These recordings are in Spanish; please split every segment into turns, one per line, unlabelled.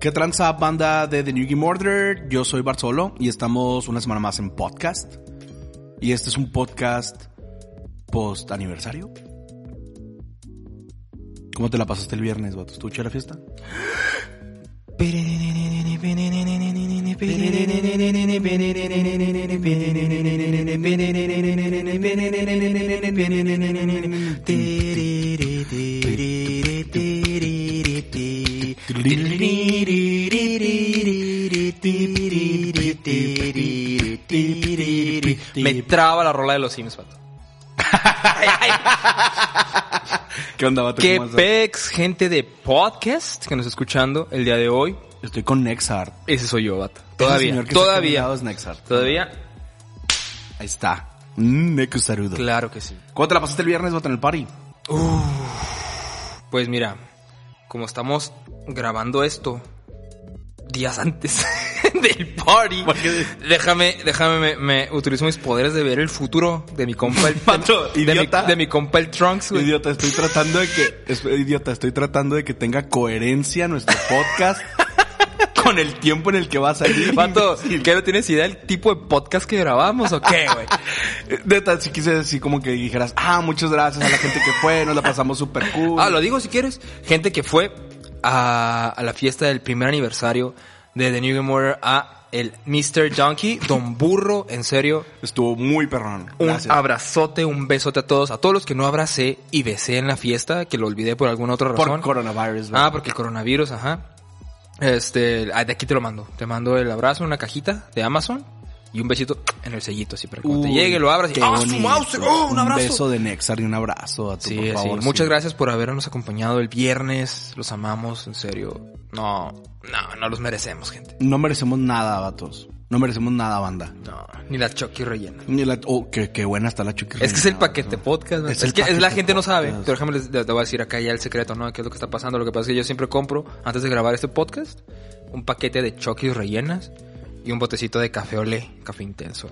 ¿Qué tranza banda de The New Game Order? Yo soy Barzolo y estamos una semana más en podcast. Y este es un podcast post aniversario. ¿Cómo te la pasaste el viernes, vato? ¿Estuvo chida la fiesta?
Me traba la rola de los Sims, vato.
¿Qué onda, vato?
Qué
¿Cómo andas?
pex, gente de podcast que nos está escuchando el día de hoy.
Estoy con Nexart.
Ese soy yo, vato.
Ese
Todavía,
señor que está
todavía,
colgado es Nexart.
todavía.
Ahí está. Mm, Neku saludo.
Claro que sí.
¿Cómo te la pasaste el viernes, vato, en el party?
Pues mira, como estamos grabando esto días antes del party,
¿Por qué?
déjame, déjame, me, me utilizo mis poderes de ver el futuro de mi compa el
Vato,
de, mi-
idiota.
de mi compa el Trunks, güey.
Idiota, estoy tratando de que. es- Idiota, estoy tratando de que tenga coherencia nuestro podcast con el tiempo en el que va a salir.
Vato,
imbécil.
¿qué no tienes idea del tipo de podcast que grabamos o qué, güey?
Eh, Neta, si quise así como que dijeras, ah, muchas gracias a la gente que fue, nos la pasamos súper cool.
Ah, lo digo si quieres. Gente que fue a, a la fiesta del primer aniversario de The New Game Order a el Mr. Junkie, Don Burro, en serio.
Estuvo muy perrón.
Un
Gracias.
abrazote, un besote a todos, a todos los que no abracé y besé en la fiesta, que lo olvidé por alguna otra
Por
razón.
coronavirus,
ah, porque el coronavirus, ajá. Este, ah, de aquí te lo mando. Te mando el abrazo en una cajita de Amazon y un besito en el sellito, así para que cuando te llegue lo abras y
Qué
¡Ah, su
bonito.
mouse! ¡Oh, un abrazo!
beso de Nexar y un abrazo a tu
Sí,
por
sí.
favor.
Muchas
sí.
gracias por habernos acompañado el viernes. Los amamos, en serio. No, no, no los merecemos, gente.
No merecemos nada, vatos. No merecemos nada, banda.
No, ni la Chucky rellena.
Ni la- oh, qué, qué buena está la chiquita.
Es que es el paquete podcast. ¿no?
Es
Es,
el
que es la
paquete
gente no sabe.
podcast.
Pero déjame les, les voy a decir acá ya el secreto, ¿no? ¿Qué es lo que está pasando? Lo que pasa es que yo siempre compro, antes de grabar este podcast, un paquete de Chucky rellenas y un botecito de café olé, café intenso.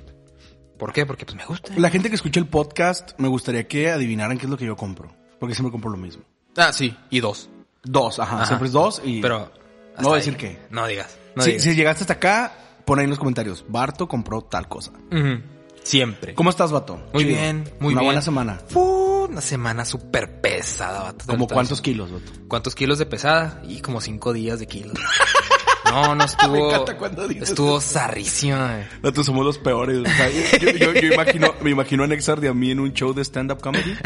¿Por qué? Porque pues me gusta.
La gente que escucha el podcast, me gustaría que adivinaran qué es lo que yo compro. Porque siempre compro lo mismo.
Ah, sí, y dos.
Dos, ajá.
Ajá.
Ah, Siempre es dos y...
Pero.
No voy a
hasta
decir
ahí.
qué.
No digas. no
si,
digas.
si llegaste hasta acá, pon ahí en los comentarios. Barto compró tal cosa.
Ujú. Siempre.
¿Cómo estás, Bato?
Muy
Chido.
bien, muy
Una
bien.
buena semana.
Fue una semana súper pesada, vato.
¿Como
Tantas-
cuántos kilos, Bato?
¿Cuántos kilos de pesada? Y como cinco días de kilos. No, no estuvo.
Me encanta cuando dices
estuvo zarrísima. eh.
Bato, somos los peores. o sea, yo, yo- yo imagino, me imagino a Nexar de a mí en un show de stand-up comedy.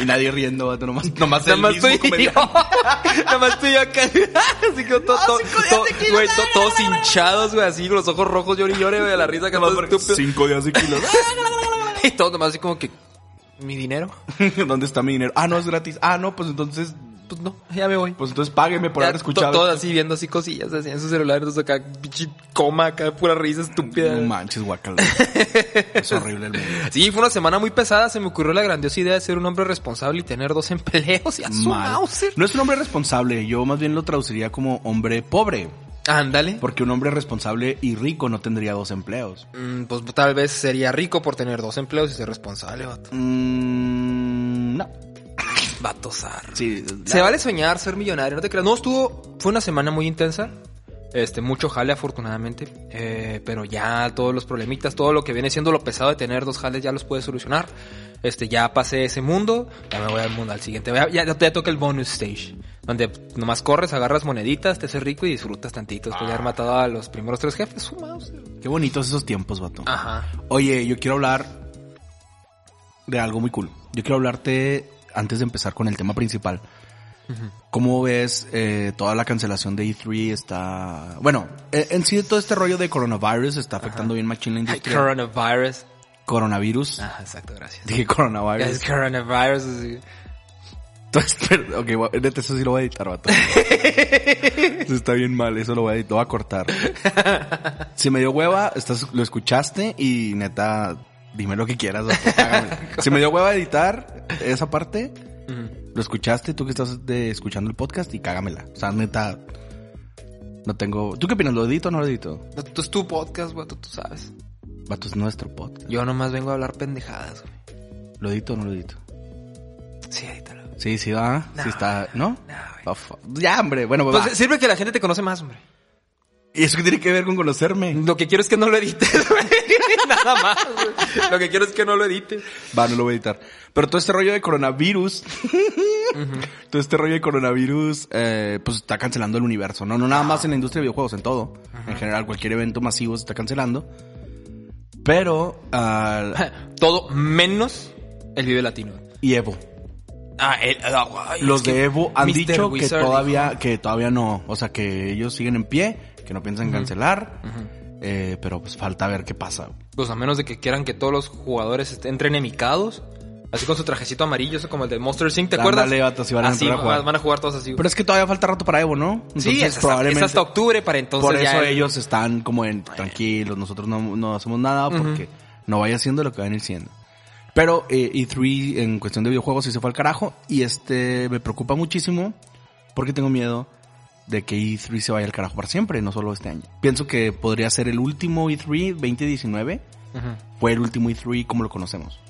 Y nadie riendo, Bato. Nomás, nomás
Nada
el
más
mismo
estoy yo.
comediante.
Nada más estoy yo acá. Así que todo, todo, todo- güey, to- todos hinchados, güey, así con los ojos rojos, llore y llore, güey, de la risa que
Nomás
más
porque Cinco días de kilos.
Y todo nomás así como que. ¿Mi dinero?
¿Dónde está mi dinero? Ah, no, es gratis. Ah, no, pues entonces...
Pues no, ya me voy.
Pues entonces págueme por
Ya
haber escuchado.
to- Todo así viendo así cosillas así en su celular, entonces acá, pinche coma, acá, pura risa estúpida.
No manches, guacala. es horrible el mundo.
Sí, fue una semana muy pesada. Se me ocurrió la grandiosa idea de ser un hombre responsable y tener dos empleos y Ah, a su
Mal.
Mauser.
No es un hombre responsable, yo más bien lo traduciría como hombre pobre,
Ándale.
porque un hombre responsable y rico no tendría dos empleos.
Mm, Pues tal vez sería rico por tener dos empleos y ser responsable, vato.
Mm, no.
Vato zar.
Sí,
Se
la-
vale soñar, ser millonario, no te creas. No, estuvo. Fue una semana muy intensa. Este, mucho jale, afortunadamente. Eh, pero ya todos los problemitas, todo lo que viene siendo lo pesado de tener dos jales, ya los puedes solucionar. Este, ya pasé ese mundo. Ya me voy al mundo, al siguiente. Ya, ya, ya toca el bonus stage. Donde nomás corres, agarras moneditas, te haces rico y disfrutas tantito. Después de haber matado a los primeros tres jefes. su mouse.
Qué bonitos esos tiempos, vato.
Ajá.
Oye, yo quiero hablar de algo muy cool. Yo quiero hablarte, antes de empezar con el tema principal, ¿Cómo ves eh, toda la cancelación de E3? Está. Bueno, eh, en sí todo este rollo de coronavirus está afectando bien machín la
Ay,
industria.
Este Coronavirus.
coronavirus.
Ah, exacto, gracias.
Dije coronavirus.
Es coronavirus. así.
Entonces, per- ok, gua- neta, eso sí lo voy a editar, vato. Eso está bien mal, eso lo voy a editar, lo voy a cortar. Si me dio hueva, estás, lo escuchaste y neta, dime lo que quieras, vato, págame. Si me dio hueva editar esa parte,
Ujú.
lo escuchaste, tú que estás de- escuchando el podcast y cágamela. O sea, neta, no tengo... ¿Tú qué opinas? ¿Lo edito o no lo edito?
No, tú- Es tu podcast, güey, tú sabes.
Vato, es nuestro podcast.
Yo nomás vengo a hablar pendejadas, güey.
¿Lo edito o no lo edito?
Sí, edítalo. güey.
Sí, sí, va.
No.
Sí está, ¿no?
No, güey.
Oh, fu- ya, hombre, bueno, va.
Pues sirve que la gente te conoce más, hombre.
¿Y eso qué tiene que ver con conocerme?
Lo que quiero es que no lo edites, güey. Nada más, güey. Lo que quiero es que no lo edites.
Va, no lo voy a editar. Pero todo este rollo de coronavirus, todo este rollo de coronavirus, eh, pues está cancelando el universo, ¿no? No nada más en la industria de videojuegos, en todo. En general, cualquier evento masivo se está cancelando. Pero, ah,
Todo menos el Vive Latino.
y Evo.
Ah, el, ah, guay,
Los
es que
de Evo han
Mr.
dicho que
Wizard
todavía, que todavía no. O sea, que ellos siguen en pie, que no piensan cancelar. eh, pero pues falta ver qué pasa.
dijo, Pues a menos de que quieran que todos los jugadores est- entren emicados. Así con su trajecito amarillo, eso como el de Monster Inc. ¿Te acuerdas?
Ándale, vato, si van a
así
entrar a jugar.
va- van a jugar todos así. güey.
Pero es que todavía falta rato para Evo, ¿no?
sí, es hasta, es hasta octubre para entonces
Por eso
ya el-
ellos están como en tranquilos, nosotros no, no hacemos nada porque no vaya haciendo lo que van a ir siendo. Pero eh, E3 en cuestión de videojuegos sí se fue al carajo y este me preocupa muchísimo porque tengo miedo de que E3 se vaya al carajo para siempre, no solo este año. Pienso que podría ser el último E E3 2019,
Ujú.
fue el último E3 como lo conocemos.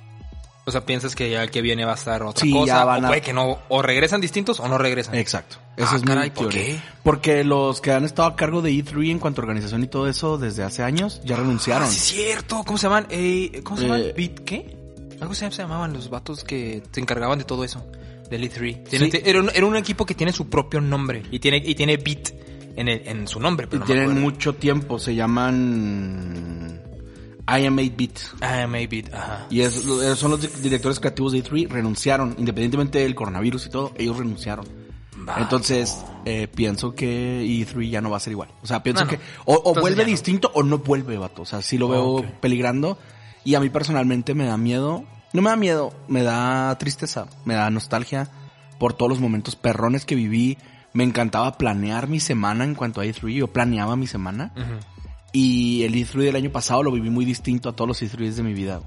O sea, piensas que ya el que viene va a estar otra
Sí,
cosa.
ya van
o
a- Eh,
puede que no, o regresan distintos o no regresan.
Exacto.
Ah,
Esa es
caray,
mi
¿por
teoría.
qué?
Porque los que han estado a cargo de E3 en cuanto a organización y todo eso desde hace años ya
Ah,
renunciaron.
sí, es cierto. ¿Cómo se llaman? Eh, ¿Cómo se llaman?
Eh,
¿Bit qué? Algo se se llamaban los vatos que se encargaban de todo eso. Del E3.
Sí.
Tienen- te- Era, un, era un equipo que tiene su propio nombre y tiene, y tiene Bit en, el- en su nombre.
Y
Pero no me
tienen
acuerdo.
mucho tiempo, se llaman I Am 8-Bit.
Ah, maybe. Ajá.
Y es- eh, son los di- directores creativos de E3, renunciaron, independientemente del coronavirus y todo, ellos renunciaron.
Va.
Entonces, eh, pienso que E3 ya no va a ser igual. O sea, pienso
No, no.
que o, o
Entonces
vuelve
ya no.
distinto o no vuelve, vato. O sea, sí lo veo
Ok.
peligrando. Y a mí personalmente me da miedo. No me da miedo, me da tristeza, me da nostalgia por todos los momentos perrones que viví. Me encantaba planear mi semana en cuanto a E3. Yo planeaba mi semana.
Ujú.
Y el E3 del año pasado lo viví muy distinto a todos los E3 de mi vida.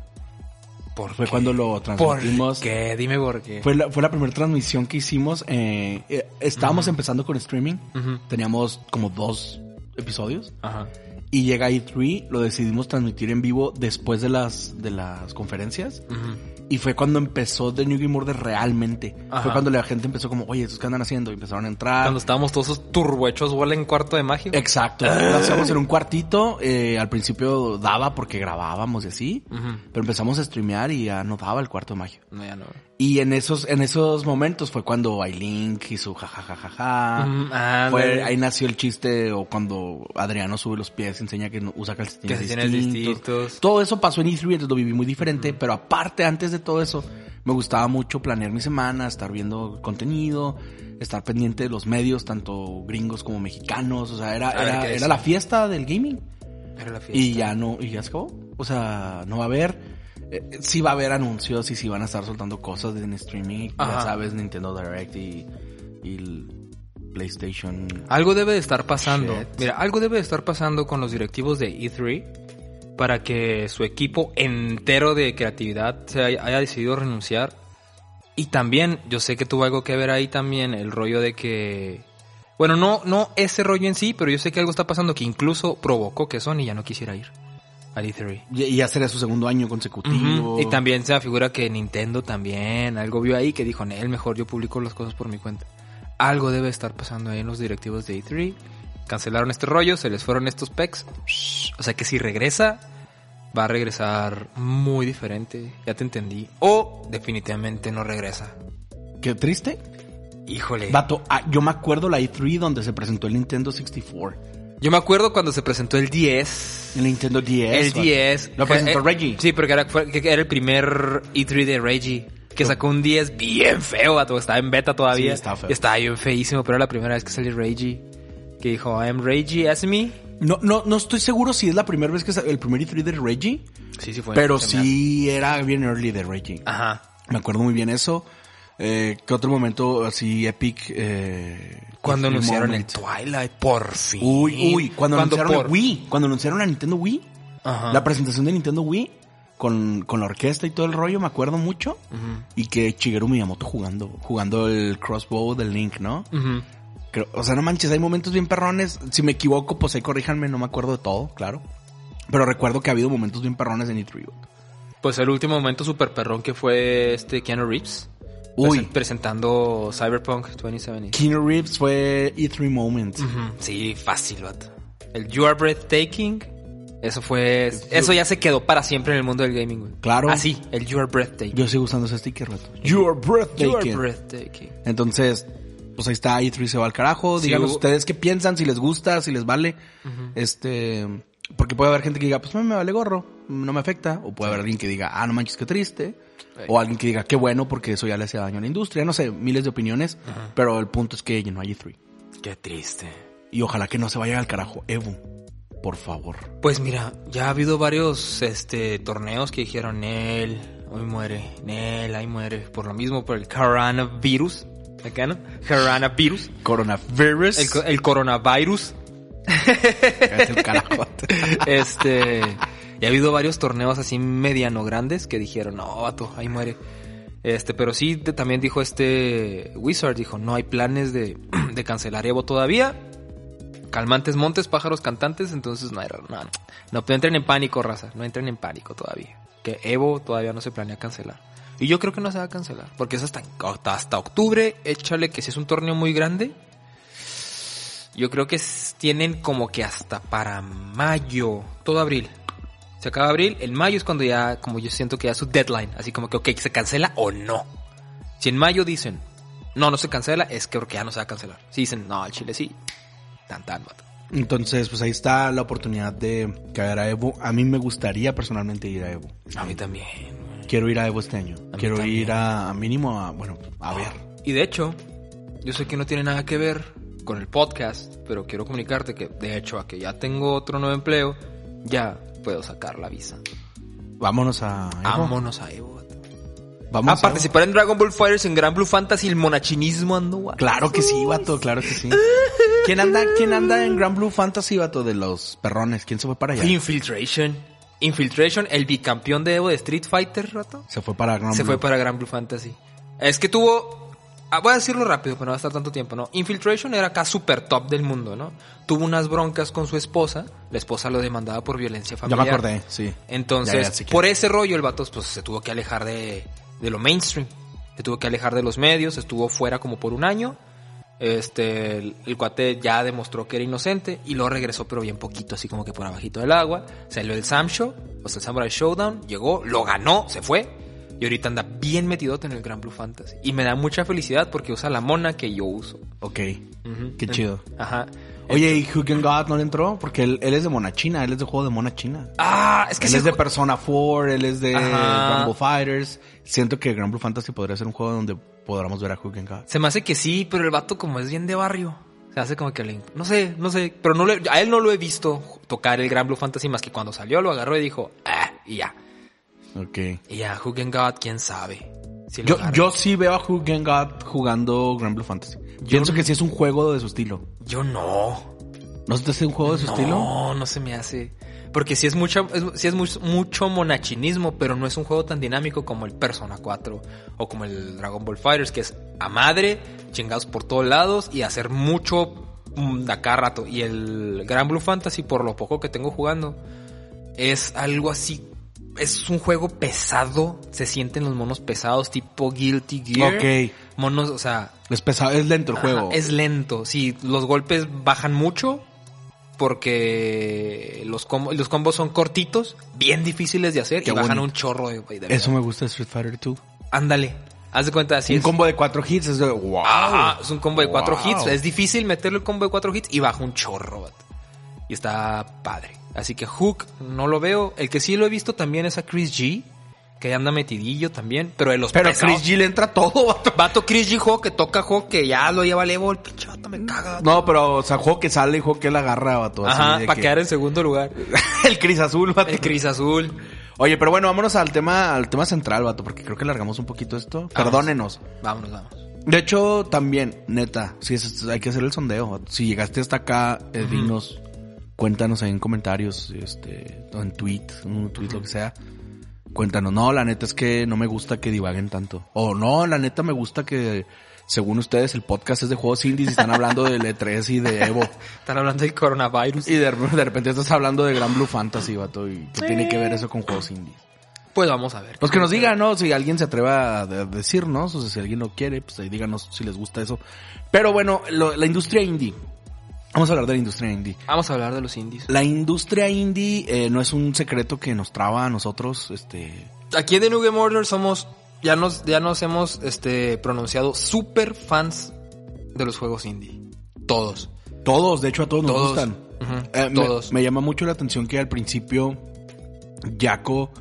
¿Por
Fue
qué?
cuando lo transmitimos.
¿Por qué? Dime por qué.
Fue la, fue la primera transmisión que hicimos. eh, eh, estábamos empezando con streaming.
Ujú.
Teníamos como dos episodios.
Ajá.
Y llega E3, lo decidimos transmitir en vivo después de las, de las conferencias.
Ujú.
Y fue cuando empezó The New Game Order realmente. Fue
Ajá.
cuando la gente empezó como, oye, ¿estos qué andan haciendo? Y empezaron a entrar.
Cuando estábamos todos esos turbohechos bola en cuarto de magia.
Exacto. Lo hacíamos en un cuartito. eh, al principio daba porque grabábamos y así.
Ujú.
Pero empezamos a streamear y ya no daba el cuarto de magia.
No, ya no.
Y en esos, en esos momentos fue cuando Ailink hizo jajajajaja.
Mm, ah,
Fue,
ándale.
ahí nació el chiste o cuando Adriano sube los pies, enseña que no- usa calcetines,
Calcetines
distintos.
distintos.
Todo eso pasó en E3, entonces lo viví muy diferente. Pero aparte, antes de todo eso, me gustaba mucho planear mi semana, estar viendo contenido, estar pendiente de los medios, tanto gringos como mexicanos. O sea, era,
A ver,
era,
¿qué
era
decía?
la fiesta del gaming.
Era la fiesta.
Y ya no, y ya se acabó. O sea, no va a haber. eh, sí va a haber anuncios y sí van a estar soltando cosas en streaming. Ya
Ajá.
sabes, Nintendo Direct y, y el PlayStation.
Algo debe de estar pasando.
Shit.
Mira, algo debe de estar pasando con los directivos de E3 para que su equipo entero de creatividad se haya, haya decidido renunciar. Y también, yo sé que tuvo algo que ver ahí también el rollo de que. Bueno, no, no ese rollo en sí, pero yo sé que algo está pasando que incluso provocó que Sony ya no quisiera ir al E E3.
Y, y ya sería su segundo año consecutivo.
Y también se figura que Nintendo también algo vio ahí que dijo, Nel, mejor yo publico las cosas por mi cuenta. Algo debe estar pasando ahí en los directivos de E3. Cancelaron este rollo, se les fueron estos pecs. O sea que si regresa, va a regresar muy diferente. Ya te entendí. O definitivamente no regresa.
Qué triste.
Híjole.
Vato, ah, yo me acuerdo la E3 donde se presentó el Nintendo 64.
Yo me acuerdo cuando se presentó el 10.
El Nintendo 10.
el Eh, 10.
Lo presentó Reggie.
Sí, porque era, fue- que era el primer E3 E de Reggie. Que que sacó un 10 bien feo, vato. Estaba en beta todavía.
Sí, estaba feo.
Estaba bien feísimo, pero era la primera vez que salió Reiji. Que dijo, I'm Reiji, ask me.
No, no, no estoy seguro si es la primera vez que sa- el primer E3 de Reggie,
Sí, sí fue.
pero
Se me hace. Ah,
sí era bien early de Reggie.
Ajá.
Me acuerdo muy bien eso. Eh, ¿Qué otro momento así epic? Eh,
Cuando
Game
anunciaron el
Moment?
Twilight, por fin.
Uy, uy, cuando, anunciaron
por- Ah.
el Wii, cuando anunciaron la Nintendo Wii,
Ajá.
la presentación de Nintendo Wii con, con la orquesta y todo el rollo, me acuerdo mucho.
Ujú.
Y que Shigeru Miyamoto jugando, jugando el crossbow del Link, ¿no?
Ujú.
Creo- o sea, no manches, hay momentos bien perrones. Si me equivoco, pues ahí corríjanme, no me acuerdo de todo, claro. Pero recuerdo que ha habido momentos bien perrones en E E3. güey.
Pues el último momento super perrón que fue este Keanu Reeves.
Uy.
presen- presentando Cyberpunk 2070.
Keanu Reeves fue E3 Moment.
Ujú, Sí, fácil, vato. El You Are Breathtaking. Eso fue. Eso ya se quedó para siempre en el mundo del gaming, güey.
Claro.
Así, el You Are Breathtaking.
Yo sigo usando ese sticker, vato. You're
You Are
breathtaking.
Breathtaking.
Entonces, pues ahí está, E3 se va al carajo.
Sí,
Díganos
hubo-
ustedes qué piensan, si les gusta, si les vale. Este, porque puede haber gente que diga, pues me, me vale gorro, no me afecta. O puede haber alguien que diga, ah, no manches, qué triste.
Sí.
O alguien que diga, qué bueno, porque eso ya le hace daño a la industria. No sé, miles de opiniones. Pero el punto es que ya no hay E3.
Qué triste.
Y ojalá que no se vaya al carajo. Evo, por favor.
Pues mira, ya ha habido varios este, torneos que dijeron, Nel, hoy muere, Nel, ahí muere. Por lo mismo, por el coronavirus. Acá, ¿no? Coronavirus.
Coronavirus.
El, co- el coronavirus.
Es el carajo.
este. Y ha habido varios torneos así mediano grandes que dijeron, no, vato, ahí muere. Este, pero sí te- también dijo este Wizard, dijo, no hay planes de, de cancelar Evo todavía. Calmantes montes, pájaros cantantes, entonces no, era- no, no, no, no entren en pánico, raza, no entren en pánico todavía. Que Evo todavía no se planea cancelar. Y yo creo que no se va a cancelar, porque es hasta, hasta octubre, échale que si es un torneo muy grande, yo creo que s- tienen como que hasta para mayo, todo abril. Se acaba abril, en mayo es cuando ya, como yo siento que ya es su deadline, así como que, ok, ¿se cancela o no? Si en mayo dicen, no, no se cancela, es que creo que ya no se va a cancelar. Si dicen, no, al chile sí, tan tan, vato.
Entonces, pues ahí está la oportunidad de caer a Evo. A mí me gustaría personalmente ir a Evo.
A mí también. güey.
Quiero ir a Evo este año.
mí
Quiero
también.
ir a, a mínimo a, bueno, a ver.
Y de hecho, yo sé que no tiene nada que ver con el podcast, pero quiero comunicarte que, de hecho, a que ya tengo otro nuevo empleo, ya puedo sacar la visa.
Vámonos a Evo.
Vámonos a Evo, vato.
Vámonos
a
a
participar en Dragon Ball Fighters en Gran Blue Fantasy el monachinismo ando guay.
Evo. Claro que sí, vato, claro que sí. ¿Quién anda, quién anda en Grand Blue Fantasy, vato, de los perrones? ¿Quién se fue para allá?
Infiltration. Infiltration, el bicampeón de Evo de Street Fighter, rato.
Se fue para Grand
Se
Blue.
fue para Gran Blue Fantasy. Es que tuvo. ah, Voy a decirlo rápido, pero no va a estar tanto tiempo, ¿no? Infiltration era acá super top del mundo, ¿no? Tuvo unas broncas con su esposa. La esposa lo demandaba por violencia
Ya me
familiar.
acordé, sí.
Entonces,
Ya, ya, sí que-
por e- ese rollo, el vato pues, se tuvo que alejar de, de lo mainstream. Se tuvo que alejar de los medios, estuvo fuera como por un año. Este, el, el cuate ya demostró que era inocente y luego regresó, pero bien poquito, así como que por abajito del agua. Salió el Sam Show, o sea, el Samurai Showdown, llegó, lo ganó, se fue. Y ahorita anda bien metidote en el Gran Blue Fantasy. Y me da mucha felicidad porque usa la mona que yo uso.
Ok.
Ujú.
Qué chido.
Ajá.
Oye, ¿y Hugen God no le entró? Porque él, él es de Monachina, él es de juego de Monachina.
Ah, es que
él
sí
es de Persona 4, él es de
Ajá.
Grand Blue Fighters. Siento que Grand Blue Fantasy podría ser un juego donde podamos ver a Hugen God.
Se me hace que sí, pero el vato como es bien de barrio. Se hace como que le... No sé, no sé. Pero no le- a él no lo he visto tocar el Gran Blue Fantasy más que cuando salió lo agarró y dijo... Ah, y ya.
Ok.
Y ya, Hugen God, quién sabe. Si lo
Yo,
agarra.
yo sí veo a Hugen God jugando Grand Blue Fantasy. Pienso que sí es un juego de su estilo.
Yo no.
¿No se te hace un juego de su
no,
estilo?
no se me hace. Porque si es, mucha, es, sí es mucho, mucho monachinismo, pero no es un juego tan dinámico como el Persona 4 o como el Dragon Ball Fighters, que es a madre, chingados por todos lados y hacer mucho mm, de acá a rato. Y el Gran Blue Fantasy, por lo poco que tengo jugando, es algo así. Es un juego pesado, se sienten los monos pesados, tipo Guilty Gear.
Ok.
Monos, o sea,
Es pesado, es lento el
Ajá,
juego.
Es lento, sí. Los golpes bajan mucho porque los, combo- los combos son cortitos, bien difíciles de hacer
Qué
y bajan
bonito.
un chorro de... de verdad.
Eso me gusta de Street Fighter 2.
Ándale. Haz de cuenta, así
un
es.
combo de cuatro hits es de wow.
Ajá, es un combo de cuatro
Wow.
hits. Es difícil meterle el combo de cuatro hits y baja un chorro. vato. Y está padre. Así que Hook no lo veo. El que sí lo he visto también es a Chris G. que anda metidillo también, pero de los
Pero
pesados.
Chris Gill entra todo, vato.
Vato Chris G. Hawk, que toca Hawk, que ya lo lleva al Evo, el pinche vato
Mm.
me caga.
No, pero, o sea, juego que sale y juego que él agarra, vato. así
Ajá,
de
para
que-
quedar en segundo lugar.
el Cris Azul, vato.
El Cris Azul.
Oye, pero bueno, vámonos al tema, al tema central, vato, porque creo que largamos un poquito esto. Perdónenos.
Vámonos, vámonos.
De hecho, también, neta, si es- hay que hacer el sondeo. vato. Si llegaste hasta acá, eh, dinos, cuéntanos ahí en comentarios, este, o en tweet, un tweet, lo que sea. Cuéntanos, no, la neta es que no me gusta que divaguen tanto. O no, la neta me gusta que, según ustedes, el podcast es de juegos indies y están hablando del E3 y de Evo.
Están hablando del coronavirus.
Y de, de repente estás hablando de Gran Blue Fantasy, vato, y ¿qué tiene que ver eso con juegos indies?
Pues vamos a ver.
Pues que nos digan, ¿no? Si alguien se atreva a de- decirnos, o sea, si alguien lo quiere, pues ahí díganos si les gusta eso. Pero bueno, lo- la industria indie. Vamos a hablar de la industria indie.
Vamos a hablar de los indies.
La industria indie eh, no es un secreto que nos traba a nosotros, este...
Aquí en The New Game Order somos, ya nos, ya nos hemos este, pronunciado super fans de los juegos indie. Todos.
Todos, de hecho a todos nos
Todos.
gustan.
Ujú,
Eh, me-
todos.
Me, llama mucho la atención que al principio Jaco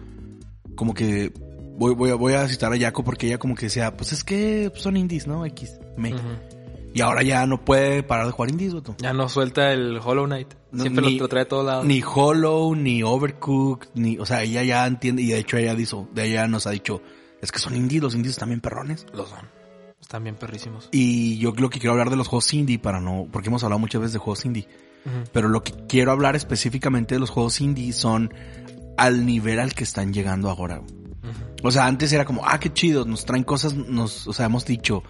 como que voy, voy, a- voy a citar a Jaco porque ella como que decía, pues es que son indies, ¿no? X, me.
Ujú.
Y ahora ya no puede parar de jugar indies, vato.
Ya nos suelta el Hollow Knight.
No,
Siempre
ni-
lo trae a todos lados.
Ni Hollow, ni Overcooked, ni, o sea, ella ya entiende, y de hecho ella dijo, de ella nos ha dicho, es que son indies, los indies también perrones.
Los son. Están bien perrísimos.
Y yo lo que quiero hablar de los juegos indie para no, porque hemos hablado muchas veces de juegos indie,
Ujú.
pero lo que quiero hablar específicamente de los juegos indie son al nivel al que están llegando ahora.
Ujú.
O sea, antes era como, ah, qué chido, nos traen cosas, nos, o sea, hemos dicho,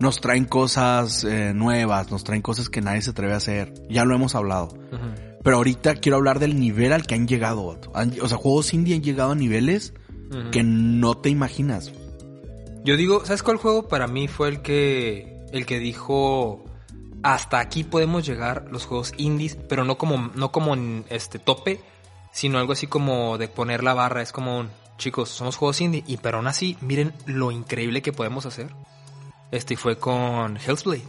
nos traen cosas eh, nuevas, nos traen cosas que nadie se atreve a hacer. Ya lo hemos hablado.
Ujú.
Pero ahorita quiero hablar del nivel al que han llegado. vato. Han- o sea, juegos indie han llegado a niveles
Ujú.
que no te imaginas.
Yo digo, ¿sabes cuál juego para mí fue el que el que dijo hasta aquí podemos llegar los juegos indies, pero no como no como en este tope, sino algo así como de poner la barra, es como un, chicos, somos juegos indie y pero aún así, miren lo increíble que podemos hacer. Este y fue con Hellsblade.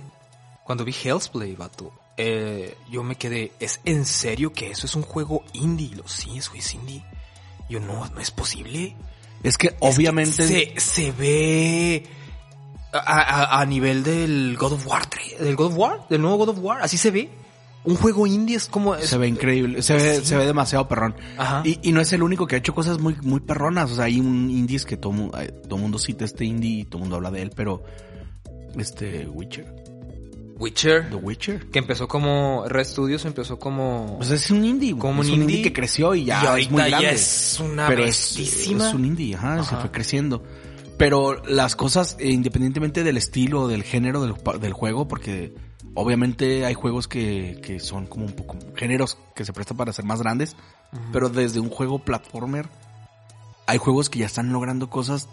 Cuando vi Hellsblade, vato, eh, yo me quedé, ¿es en serio que eso es un juego indie? Y Lo, sí, eso es indie. Yo no, no es posible.
Es que obviamente.
Se, se ve a, a- a nivel del God of War 3, del God of War, del nuevo God of War, así se ve. Un juego indie es como... es-
Se ve increíble, se ve,
Sí.
se ve demasiado perrón.
Ajá.
Y, y no es el único que ha hecho cosas muy, muy perronas. O sea, hay un indies que todo, mu- eh, todo mundo cita este indie y todo mundo habla de él, pero este Witcher,
Witcher,
The Witcher.
que empezó como Red Studios, empezó como...
Pues es un indie, güey.
Como
es
un
un indie
indie
que creció y ya
y
es muy
ahorita
grande.
ya es una
pero es,
Ah, bestísima.
es un indie, ajá, se
Ajá.
fue creciendo. Pero las cosas, eh, independientemente del estilo, del género del, pa- del juego, porque obviamente hay juegos que, que son como un poco géneros que se prestan para ser más grandes, pero desde un juego platformer hay juegos que ya están logrando cosas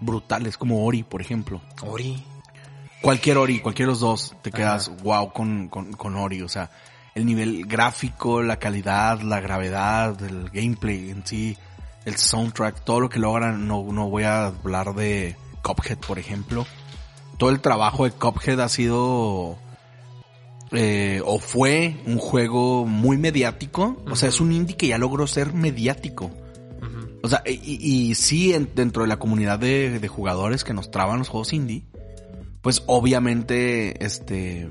brutales, como Ori, por ejemplo.
Ori.
Cualquier Ori, cualquiera de los dos, te
Ajá.
quedas wow con, con, con Ori. O sea, el nivel gráfico, la calidad, la gravedad, el gameplay en sí, el soundtrack, todo lo que logran. No, no voy a hablar de Cuphead, por ejemplo. Todo el trabajo de Cuphead ha sido eh, o fue un juego muy mediático. O sea, es un indie que ya logró ser mediático.
Ujú.
O sea, y, y- y sí, en- dentro de la comunidad de, de jugadores que nos traban los juegos indie, pues obviamente, este,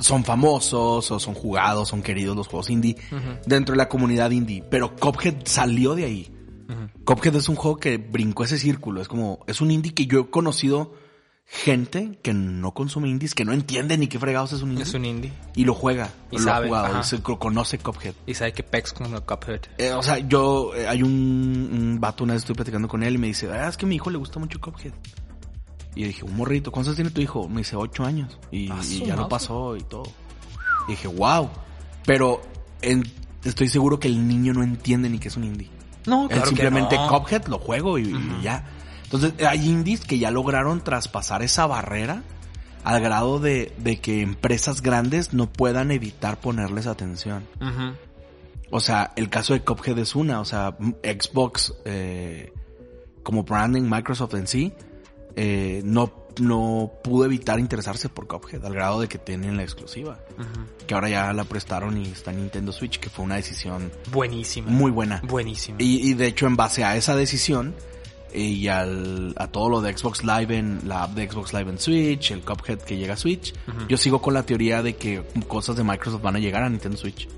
son famosos o son jugados, son queridos los juegos indie
Ujú.
dentro de la comunidad indie. Pero Cophead salió de ahí.
Ujú.
Cophead es un juego que brincó ese círculo. Es como, es un indie que yo he conocido gente que no consume indies, que no entiende ni qué fregados es un indie.
Es un indie.
Y lo juega,
Y
lo
sabe,
ha jugado,
ajá.
se conoce Cophead.
Y sabe que Pex con el Cuphead.
Eh, o sea, yo, eh, hay un, un vato, una vez estoy platicando con él y me dice, ah, es que a mi hijo le gusta mucho Cuphead. Y yo dije, un morrito, ¿cuántos años tiene tu hijo? Me dice, ocho años. Y,
Ah,
y
su
ya lo
madre.
pasó y todo. Y dije, wow. Pero en- estoy seguro que el niño no entiende ni que es un indie.
No,
Él simplemente
no.
Cuphead lo juego y, y ya. Entonces, hay indies que ya lograron traspasar esa barrera al grado de, de que empresas grandes no puedan evitar ponerles atención.
Ujú.
O sea, el caso de Cuphead es una, o sea, m- Xbox eh, como branding, Microsoft en sí, eh, no, no pudo evitar interesarse por Cuphead, al grado de que tienen la exclusiva.
Ujú.
Que ahora ya la prestaron y está en Nintendo Switch, que fue una decisión
Buenísima.
muy buena.
Buenísima.
Y, y de hecho, en base a esa decisión eh, y al, a todo lo de Xbox Live en la app de Xbox Live en Switch, el Cuphead que llega a Switch,
Ujú.
yo sigo con la teoría de que cosas de Microsoft van a llegar a Nintendo Switch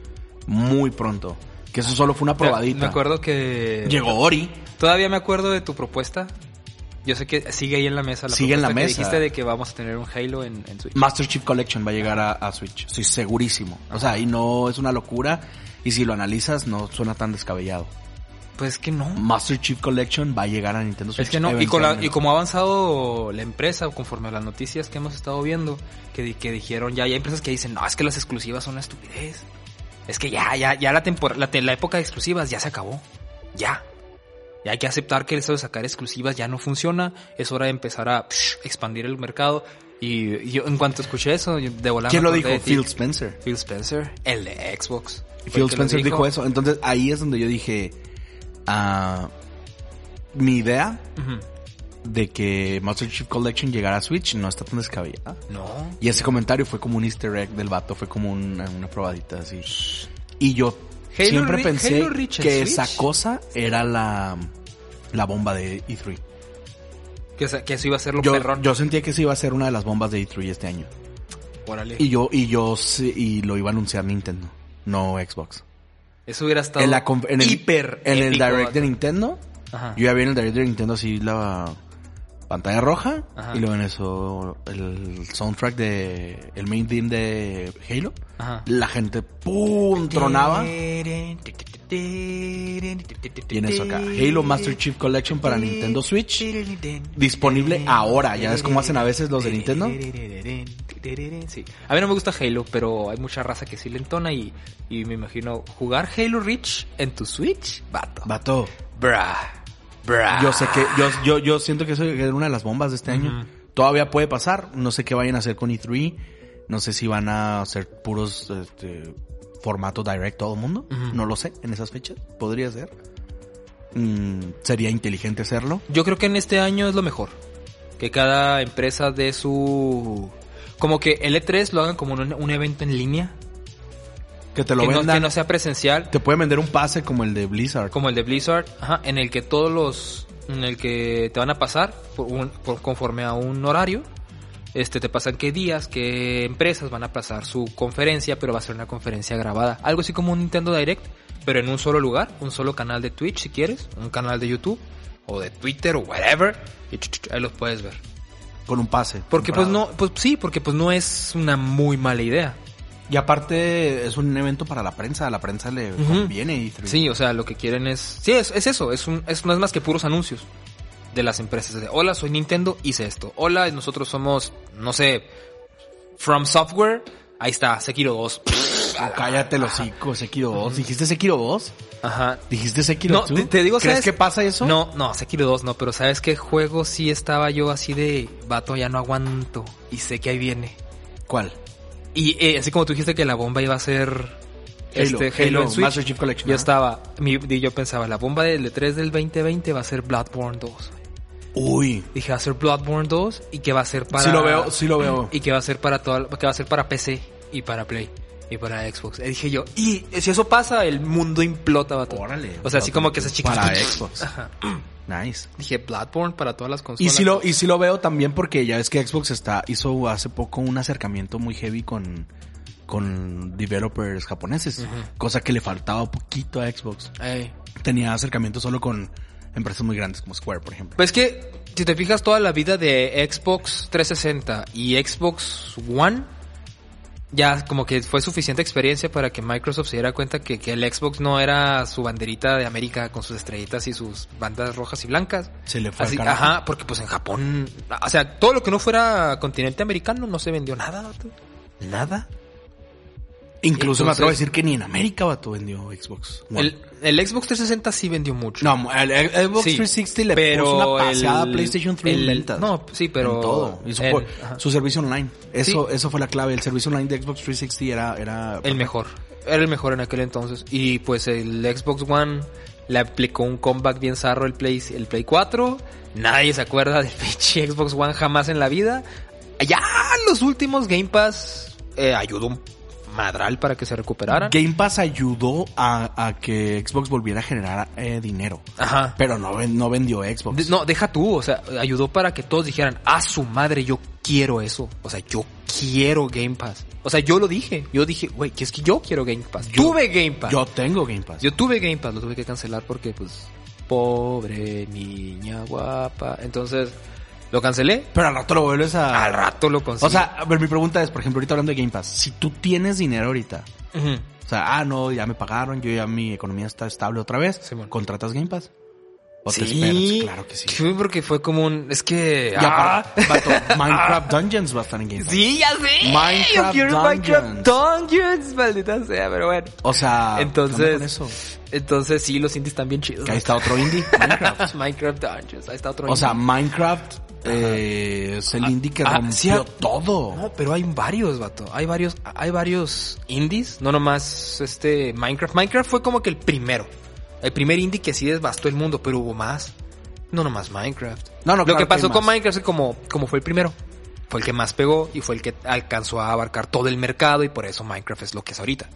muy pronto. Que eso solo fue una probadita.
Me acuerdo que...
Llegó Ori.
Todavía me acuerdo de tu propuesta. Yo sé que sigue ahí en la mesa. La
Sigue en la
propuesta que
mesa.
dijiste de que vamos a tener un Halo en, en Switch.
Master Chief Collection va a llegar a, a Switch. Estoy segurísimo. O sea, y no es una locura. Y si lo analizas, no suena tan descabellado.
Pues que no.
Master Chief Collection va a llegar a Nintendo Switch.
Es que no, y, con la-
Mm,
y
eventualmente.
como ha avanzado la empresa, conforme a las noticias que hemos estado viendo, que, di- que dijeron ya, y hay empresas que dicen, no, es que las exclusivas son una estupidez. Es que ya, ya, ya la, tempor- la, te- la época de exclusivas ya se acabó. Ya. Ya hay que aceptar que eso de sacar exclusivas ya no funciona. Es hora de empezar a psh, expandir el mercado. Y, y yo, en cuanto escuché eso, yo de volada.
¿Quién
me
lo dijo?
acordé de ti.
Phil Spencer.
Phil Spencer, el de Xbox. Fue
Phil
el que lo
Spencer dijo eso. Entonces ahí es donde yo dije, ah, mi idea
Ujú.
de que Master Chief Collection llegara a Switch no está tan descabellada.
No.
Y ese comentario fue como un easter egg del vato, fue como una, una probadita así. Y yo
Halo
siempre
Re-
pensé
Halo Reach en
que
Switch.
esa cosa era la, la bomba de E3.
Que, esa- que eso iba a ser lo
Yo,
perrón.
yo sentía que esa iba a ser una de las bombas de E3 este año.
Órale.
Y yo, y yo, sí- y lo iba a anunciar Nintendo, no Xbox.
Eso hubiera estado
En, la conf- en el,
hiper
en el
épico,
direct de
vato.
Nintendo,
Ajá.
Yo ya vi en el directo de Nintendo así la pantalla roja
Ajá.
y luego en eso el soundtrack de el main theme de Halo.
Ajá.
La gente pum tronaba y en eso acá Halo Master Chief Collection para Nintendo Switch disponible ahora, ya ves cómo hacen a veces los de Nintendo.
Sí. A mí no me gusta Halo, pero hay mucha raza que sí le entona y, y me imagino jugar Halo Reach en tu Switch, vato.
Vato,
Bra. Bra.
yo sé que yo yo yo siento que eso era una de las bombas de este año. Todavía puede pasar, no sé qué vayan a hacer con E3, no sé si van a hacer puros este, formato direct todo el mundo,
Ujú.
no lo sé en esas fechas, podría ser. Mm, sería inteligente hacerlo.
Yo creo que en este año es lo mejor. Que cada empresa dé su... Como que el E3 lo hagan como un, un evento en línea.
Que te lo
que, no,
vendan,
que no sea presencial.
te pueden vender un pase como el de Blizzard.
como el de Blizzard, ajá, en el que todos los, en el que te van a pasar por un- por- conforme a un horario, este te pasan qué días, qué empresas van a pasar su conferencia, pero va a ser una conferencia grabada, algo así como un Nintendo Direct, pero en un solo lugar, un solo canal de Twitch si quieres, un canal de YouTube o de Twitter o whatever, y ch- ch- ch- ahí los puedes ver.
Con un pase.
Porque pues
comprado.
no, pues sí, porque pues no es una muy mala idea.
Y aparte es un evento para la prensa, a la prensa le
Ujú.
conviene E E3.
Sí, o sea, lo que quieren es. Sí, es, es eso. Es, un, es, no es más que puros anuncios de las empresas. De, Hola, soy Nintendo, hice esto. Hola, nosotros somos, no sé, From Software. Ahí está, Sekiro 2.
O cállate los hocico, Sekiro 2. ¿Dijiste Sekiro 2?
Ajá.
¿Dijiste Sekiro
No,
2?
te- te digo,
¿Crees
¿sabes?
que pasa eso?
No, no, Sekiro 2 no, pero ¿sabes qué juego sí estaba yo así de vato? Ya no aguanto y sé que ahí viene.
¿Cuál?
Y eh, así como tú dijiste que la bomba iba a ser este, Halo, en Switch,
Master Chief Collection.
yo
ajá.
estaba, mi- yo pensaba, la bomba del E3 del 2020 va a ser Bloodborne 2.
Uy.
Dije, va a ser Bloodborne 2 y que va a ser para...
Sí lo veo, sí lo veo.
Y que va a ser para toda, que va a ser para PC y para Play y para Xbox. Y dije yo, y si eso pasa, el mundo implota, vato.
Órale.
O sea, así como que esas chicas...
Para Xbox. Nice.
Dije, Bloodborne para todas las
Y
consolas.
sí, lo, y sí lo veo también porque ya ves que Xbox está, hizo hace poco un acercamiento muy heavy con, con developers japoneses,
Ujú.
cosa que le faltaba poquito a Xbox.
Ey.
Tenía acercamiento solo con empresas muy grandes como Square, por ejemplo.
Pues es que, si te fijas, toda la vida de Xbox 360 y Xbox One, ya como que fue suficiente experiencia para que Microsoft se diera cuenta que, que el Xbox no era su banderita de América con sus estrellitas y sus bandas rojas y blancas.
Se le fue al
Así,
carajo.
ajá, porque pues en Japón, o sea, todo lo que no fuera continente americano no se vendió nada. vato.
Nada. Incluso me
Entonces-
atrevo a decir que ni en América, vato, vendió Xbox. One.
El, el Xbox 360 sí vendió mucho.
no, el, el Xbox
Sí,
360 le
pero
puso una paseada
el-
a PlayStation 3 en
el-
ventas.
no, sí, pero-
En todo. Y su,
el- ajá.
su servicio online. Eso, eso fue la clave. El servicio online de Xbox 360 era... era
El mejor. Era el mejor en aquel entonces. Y pues el Xbox One Le aplicó un comeback bien zarro el Play, el Play 4. Nadie se acuerda del pinche Xbox One jamás en la vida. Ya los últimos Game Pass eh, ayudó un madral para que se recuperaran.
Game Pass ayudó a, a que Xbox volviera a generar eh, dinero.
Ajá.
Pero no, ven- no vendió
De-
Xbox.
no, deja tú, o sea, ayudó para que todos dijeran, a su madre, yo quiero eso. O sea, yo quiero Game Pass. O sea, yo lo dije. Yo dije, güey, que es que yo quiero Game Pass.
Yo-
tuve Game Pass.
Yo tengo Game Pass.
Yo tuve Game Pass, lo tuve que cancelar porque, pues, pobre niña guapa. Entonces, lo cancelé.
Pero al rato lo vuelves a...
Al rato lo conseguí.
O sea, a ver, mi pregunta es, por ejemplo, ahorita hablando de Game Pass, si tú tienes dinero ahorita,
Ujú.
o sea, ah, no, ya me pagaron, yo ya mi economía está estable otra vez,
Simón.
¿contratas Game Pass? ¿O
sí,
te esperas? Claro que sí.
Sí, Porque fue como un. Es que.
Y
ah,
aparte, vato, Minecraft Dungeons va a estar en Game Pass.
sí, ya sé.
Minecraft
yo quiero Minecraft Dungeons, maldita sea, pero bueno.
O sea, ¿qué onda
Entonces,
con eso?
entonces sí, los indies están bien chidos.
Que ahí está otro indie, Minecraft.
Minecraft Dungeons, ahí está otro
O sea,
indie.
Minecraft eh, es el indie que
ah,
rompió
sí, ah,
todo.
No, pero hay varios, vato. Hay varios, hay varios indies. No nomás este Minecraft. Minecraft fue como que el primero. El primer indie que sí desbastó el mundo, pero hubo más. No nomás Minecraft.
No, no,
Lo
claro
que
que
pasó
hay
con
más.
Minecraft es como, como fue el primero. Fue el que más pegó y fue el que alcanzó a abarcar todo el mercado y por eso Minecraft es lo que es ahorita.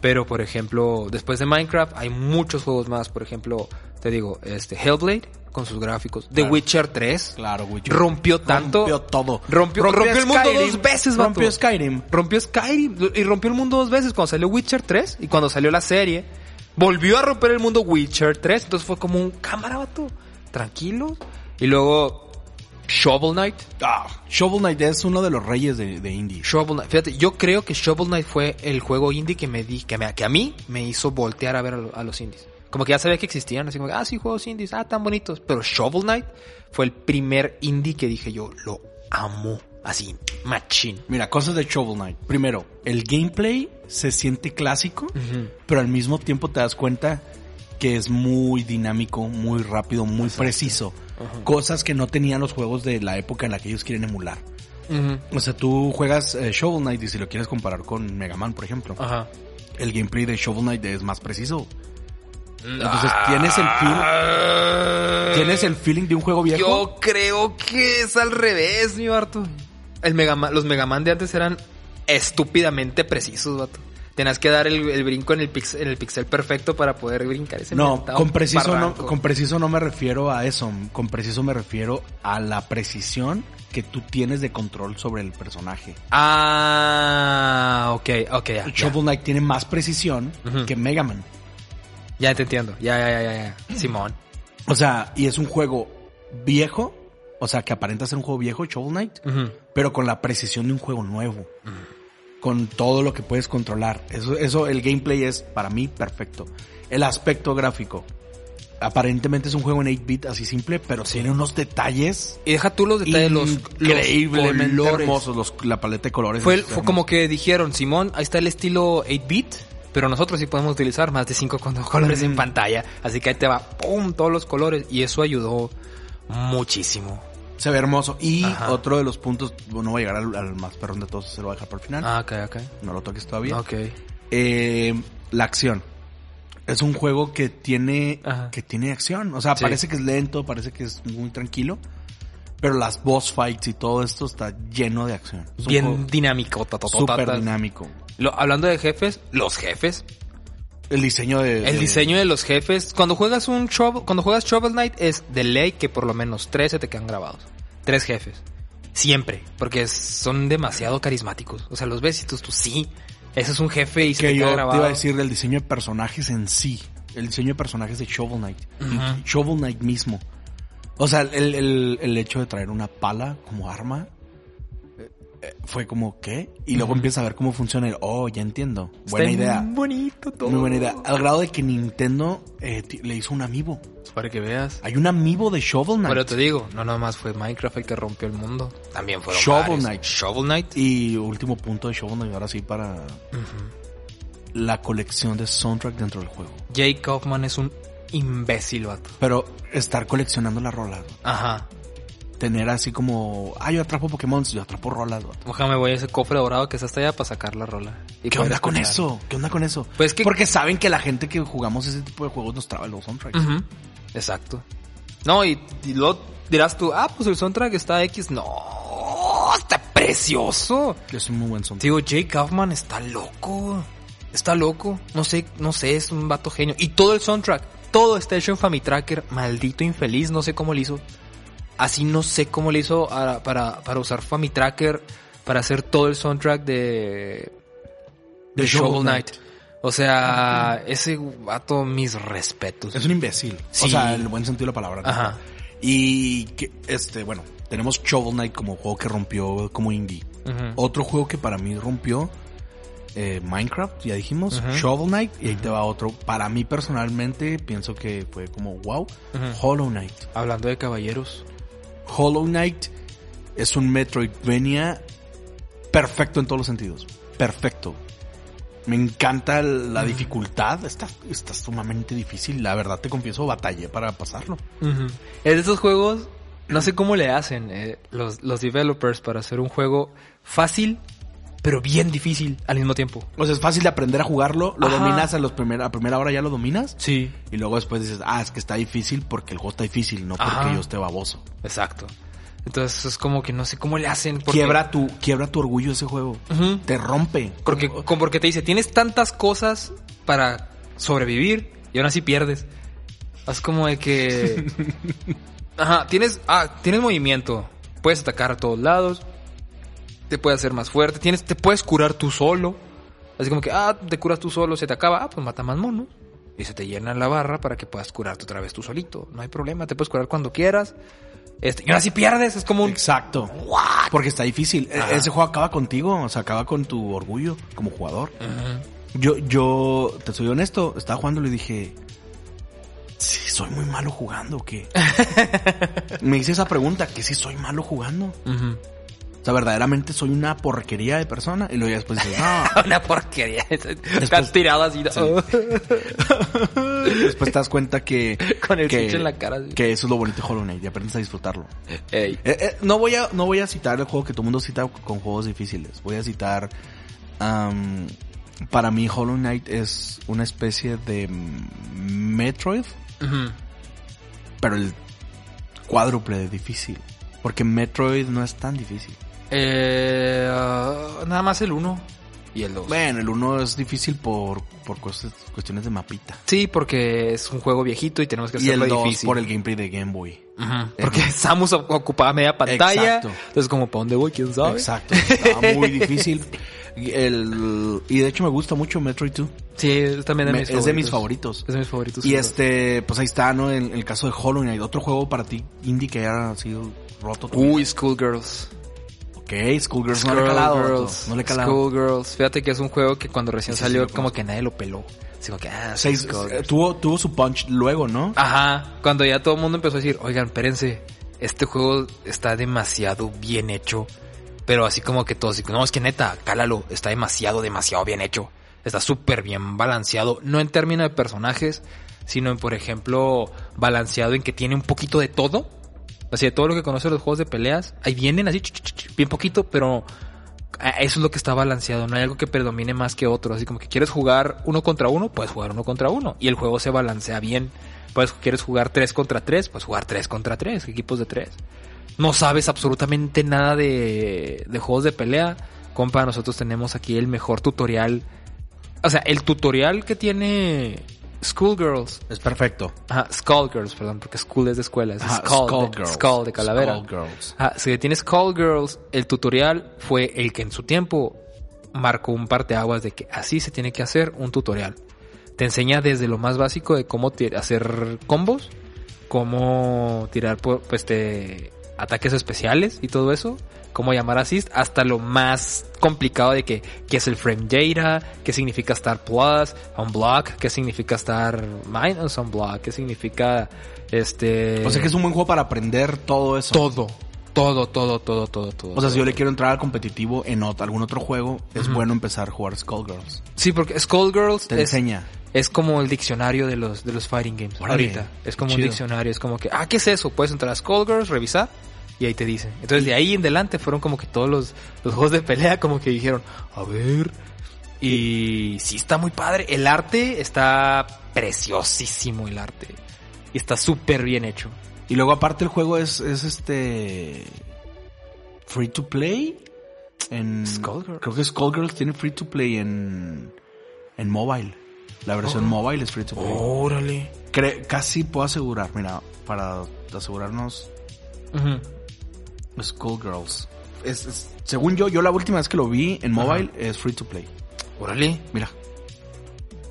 Pero, por ejemplo, después de Minecraft hay muchos juegos más. Por ejemplo, te digo, este Hellblade con sus gráficos. The
Claro.
Witcher 3.
Claro, güey.
Rompió tanto.
Rompió todo.
Rompió- rompió el mundo dos veces, vato.
Rompió Skyrim.
Rompió Skyrim y rompió el mundo dos veces cuando salió Witcher 3 y cuando salió la serie. Volvió a romper el mundo Witcher 3. Entonces fue como un cámara, vato. Tranquilo. Y luego Shovel Knight.
Ah, Shovel Knight es uno de los reyes de, de indie.
Shovel Knight. Fíjate, yo creo que Shovel Knight fue el juego indie que me di, que, me- que a mí me hizo voltear a ver a, lo- a los indies. Como que ya sabía que existían, así como, ah, sí, juegos indies, ah, tan bonitos. Pero Shovel Knight fue el primer indie que dije yo, lo amo. Así, machín.
Mira, cosas de Shovel Knight. Primero, el gameplay se siente clásico,
Ujú.
pero al mismo tiempo te das cuenta que es muy dinámico, muy rápido, muy preciso. Cosas que no tenían los juegos de la época en la que ellos quieren emular.
Ujú.
O sea, tú juegas eh, Shovel Knight y si lo quieres comparar con Mega Man, por ejemplo,
Ajá.
el gameplay de Shovel Knight es más preciso. Entonces tienes el feel,
Eh,
tienes el feeling de un juego viejo.
Ah, Yo creo que es al revés, mi Barto. El Mega Man- los Mega Man de antes eran estúpidamente precisos, vato. Tenías que dar el, el brinco en el, pix- en el pixel perfecto para poder brincar ese
No,
mentado
con preciso no,
barranco.
con preciso no me refiero a eso. Con preciso me refiero a la precisión que tú tienes de control sobre el personaje.
Ah, ok, ok, ya. Ya,
Shovel Knight tiene más precisión
Ujú.
que Mega Man.
Ya te entiendo. Ya, ya, ya, ya, ya. Simón.
O sea, y es un juego viejo, o sea, que aparenta ser un juego viejo, Shovel Knight,
Ujú.
pero con la precisión de un juego nuevo.
Mm.
Con todo lo que puedes controlar. Eso, eso, el gameplay es para mí perfecto. El aspecto gráfico. Aparentemente es un juego en 8-bit así simple, pero tiene unos detalles
Y deja tú los detalles, los, los
increíblemente
colores.
hermosos, los- la paleta de colores.
Fue,
es
fue
hermosa.
como que dijeron, Simón, ahí está el estilo 8-bit, pero nosotros sí podemos utilizar más de 5 colores
Mm.
en pantalla. Así que ahí te va, ¡pum!, todos los colores. Y eso ayudó muchísimo.
Se ve hermoso. Y
Ajá.
otro de los puntos, bueno, no voy a llegar al, al más perrón de todos, se lo voy a dejar por el final.
Ah, ok, ok.
No lo toques todavía.
Ok.
Eh, la acción. Es un juego que tiene,
Ajá.
que tiene acción. O sea,
Sí.
parece que es lento, parece que es muy tranquilo. Pero las boss fights y todo esto está lleno de acción. Es un
Bien
juego
dinámico. totototata.
súper dinámico.
Lo- hablando de jefes, los jefes.
El diseño de...
El
de-
diseño de los jefes. Cuando juegas un Shovel, cuando juegas Shovel Knight es de ley que por lo menos tres se te quedan grabados. Tres jefes. Siempre. Porque es- son demasiado carismáticos. O sea, los ves y tú, tú sí. Ese es un jefe y se te
que yo
queda
te
grabado.
iba a decir del diseño de personajes en sí. El diseño de personajes de Shovel Knight.
Ujú.
Shovel Knight mismo. O sea, el, el- el hecho de traer una pala como arma eh, eh, fue como, ¿qué? Y luego
Ujú.
empieza a ver cómo funciona el, oh, ya entiendo.
Está
Buena
bien
idea.
bonito todo.
Muy buena idea. Al grado de que Nintendo eh, ti- le hizo un amiibo.
Para que veas.
Hay un amiibo de Shovel Knight.
Pero te digo, no nomás fue Minecraft el que rompió el mundo. También fueron
Shovel
varios.
Knight.
Shovel Knight.
Y último punto de Shovel Knight, ahora sí, para
Ujú.
la colección de soundtrack dentro del juego.
Jake Kaufman es un imbécil, vato.
Pero estar coleccionando las rolas.
Ajá.
tener así como, ah, yo atrapo Pokémon, yo atrapo rolas, vato.
Ojalá me voy a ese cofre dorado que está hasta allá para sacar la rola. Y
¿Qué
poder
onda con
escuchar.
eso? ¿Qué onda con eso?
Pues que-
Porque saben que la gente que jugamos ese tipo de juegos nos traba los soundtracks.
Ujú, Exacto. No, y, y luego dirás tú, ah, pues el soundtrack está X. No, está precioso.
Es un muy buen soundtrack.
Digo, Jake Kaufman está loco. Está loco. No sé, no sé, es un vato genio. Y todo el soundtrack, todo está hecho en Famitracker. Maldito infeliz, no sé cómo le hizo. Así no sé cómo le hizo a- para, para usar Famitracker para hacer todo el soundtrack de,
De
de
Shovel
Shovel Knight. O sea, ese vato, mis respetos.
Es un imbécil. O
Sí.
sea, en el buen sentido de la palabra. ¿no?
Ajá.
Y que, este, bueno, tenemos Shovel Knight como juego que rompió como indie.
Ujú.
Otro juego que para mí rompió eh, Minecraft, ya dijimos,
Ujú.
Shovel Knight, y ahí te va otro. Para mí personalmente pienso que fue como wow,
Ujú.
Hollow Knight.
Hablando de caballeros.
Hollow Knight es un Metroidvania perfecto en todos los sentidos. Perfecto. Me encanta la dificultad. Está, está sumamente difícil. La verdad te confieso, batallé para pasarlo.
Es de esos juegos, no sé cómo le hacen eh, los, los developers para hacer un juego fácil, pero bien difícil al mismo tiempo.
O sea, es fácil de aprender a jugarlo. Lo
Ajá.
dominas a, los primer- a primera hora, ya lo dominas.
Sí.
Y luego después dices, ah, es que está difícil porque el juego está difícil, no porque
Ajá.
yo esté baboso.
Exacto. Entonces es como que no sé cómo le hacen. porque-
Quiebra tu, quiebra tu orgullo ese juego.
Ujú.
Te rompe.
Porque, con- porque te dice, tienes tantas cosas para sobrevivir y aún así pierdes. Es como de que... Ajá, tienes, ah, tienes movimiento. Puedes atacar a todos lados. Te puedes hacer más fuerte. Tienes, te puedes curar tú solo. Así como que, ah, te curas tú solo, se te acaba. Ah, pues mata más mono. Y se te llena la barra para que puedas curarte otra vez tú solito. No hay problema, te puedes curar cuando quieras. Este, y aún así pierdes. Es como un...
Exacto.
¿What?
Porque está difícil. E-
Ajá.
Ese juego acaba contigo, o sea, acaba con tu orgullo como jugador.
Ujú.
Yo, yo, te soy honesto, estaba jugando y dije, sí, soy muy malo jugando, ¿o ¿qué? Me hice esa pregunta, que si soy malo jugando.
Ujú.
O sea, verdaderamente soy una porquería de persona. Y luego ya después dices, no.
Una porquería. Te has tirado así
Después te das cuenta que...
con el
que-
switch en la cara. así.
Que eso es lo bonito de Hollow Knight y aprendes a disfrutarlo.
Ey.
Eh, eh, no, voy a, no voy a citar el juego que todo el mundo cita con juegos difíciles. Voy a citar. am, para mí, Hollow Knight es una especie de mm, Metroid,
Ujú.
pero el cuádruple de difícil. Porque Metroid no es tan difícil.
Eh, ah, nada más el 1 y el 2.
Bueno, el uno es difícil por, por cosas- cuestiones de mapita.
Sí, porque es un juego viejito y tenemos que
Y
hacerlo
el 2
difícil.
por el gameplay de Game Boy.
Ujú. Porque Samus op- ocupaba media pantalla.
Exacto.
Entonces, como, ¿para dónde voy? ¿Quién sabe?
Exacto, estaba muy difícil. Y el- y de hecho me gusta mucho Metroid 2.
Sí, es también de
Me-
mis
es
favoritos.
de mis favoritos.
Es de mis favoritos.
Y
sí.
este, pues ahí está, ¿no? En el caso de Hollow Knight, otro juego para ti indie que haya sido roto. tu-
Uy, Schoolgirls.
Ok, Schoolgirls no le he calado. vato,
Girls,
No le he calado.
Schoolgirls. Fíjate que es un juego que cuando recién
Ese sí
salió,
lo
como
conozco.
que nadie lo peló. Así como que, ah,
Seis- eh,
Skullgirls.
tuvo, tuvo su punch luego, ¿no?
Ah. Ajá, cuando ya todo el mundo empezó a decir, oigan, espérense, este juego está demasiado bien hecho. Pero así como que todos, no, es que neta, cálalo, está demasiado, demasiado bien hecho. Está súper bien balanceado, no en términos de personajes, sino en, por ejemplo, balanceado en que tiene un poquito de todo. O sea, de todo lo que conoce los juegos de peleas, ahí vienen así, ch, ch, ch, ch, bien poquito, pero a- Ah, eso es lo que está balanceado, no hay algo que predomine más que otro. Así como que quieres jugar uno contra uno, puedes jugar uno contra uno. Y el juego se balancea bien. Pues quieres jugar tres contra tres, pues jugar tres contra tres, equipos de tres. No sabes absolutamente nada de, de juegos de pelea. Compa, nosotros tenemos aquí el mejor tutorial. O sea, el tutorial que tiene Schoolgirls.
Es perfecto.
Ajá, Skullgirls, perdón, porque School es de escuela. Es
Ajá,
Skull, de,
Skullgirls.
Skull de calavera.
Skullgirls.
Ah, si tienes Call Girls, el tutorial fue el que en su tiempo marcó un parteaguas de que así se tiene que hacer un tutorial. Te enseña desde lo más básico de cómo ti- hacer combos, cómo tirar por- pues, este, ataques especiales y todo eso, cómo llamar assist, hasta lo más complicado de que qué es el frame data, qué significa estar plus, on block, qué significa estar minus on block, qué significa este
O sea que es un buen juego para aprender todo eso.
todo, todo, todo, todo, todo, todo.
O sea, si yo le quiero entrar al competitivo en ot- algún otro juego, es bueno empezar a jugar Skullgirls.
sí, porque Skullgirls
Te
es,
enseña.
es como el diccionario de los, de los fighting games.
Órale,
ahorita es como
chido.
un diccionario, es como que, ah, ¿qué es eso? Puedes entrar a Skullgirls, revisar Y ahí te dicen. Entonces de ahí en adelante fueron como que todos los, los juegos de pelea como que dijeron, a ver. Y sí está muy padre. El arte está preciosísimo el arte. Y está súper bien hecho.
Y luego aparte el juego es, es este... Free to play. En,
Skullgirls.
Creo que Skullgirls tiene free to play en, en mobile. La
Oh.
versión mobile es free to play.
Órale.
Cre- casi puedo asegurar, mira, para asegurarnos Skullgirls. Es, es- según yo, yo la última vez que lo vi en mobile es free to play.
Órale.
Mira,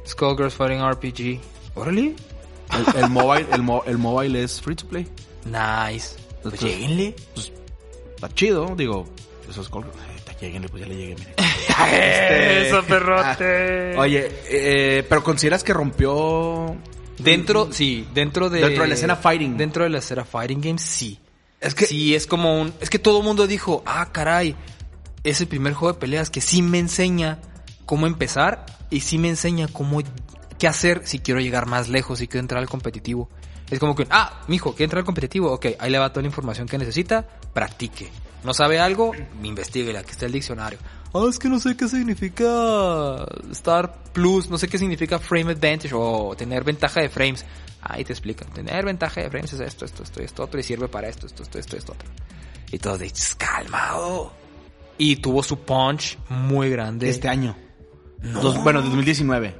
Skullgirls Fighting RPG. Órale.
el, el mobile, el, mo- el mobile es free to play.
Nice. Pues
Entonces-
lléguenle.
Está chido, digo, eso es Skullgirls. Ay, está, Lleguenle, pues ya le llegué, mire.
Eso, perrote.
Oye, eh, pero consideras que rompió.
Dentro, sí, dentro de...
Dentro de la escena fighting.
Dentro de la escena fighting game, sí.
Es que-
Sí, es como un... Es que todo el mundo dijo, ah, caray, es el primer juego de peleas que sí me enseña cómo empezar y sí me enseña cómo... qué hacer si quiero llegar más lejos, si quiero entrar al competitivo. Es como que, ah, mijo, ¿quiere entrar al competitivo? Ok, ahí le va toda la información que necesita, practique. ¿No sabe algo? Investigue, aquí está el diccionario. Ah, es que no sé qué significa Star Plus, no sé qué significa Frame Advantage o tener ventaja de frames. Ahí te explican, tener ventaja de frames es esto, esto, esto, esto, otro y sirve para esto, esto, esto, esto, esto, otro. Y todos de, "Ch, calmado. Y tuvo su punch muy grande.
Este año.
No.
Dos- bueno, de 2019.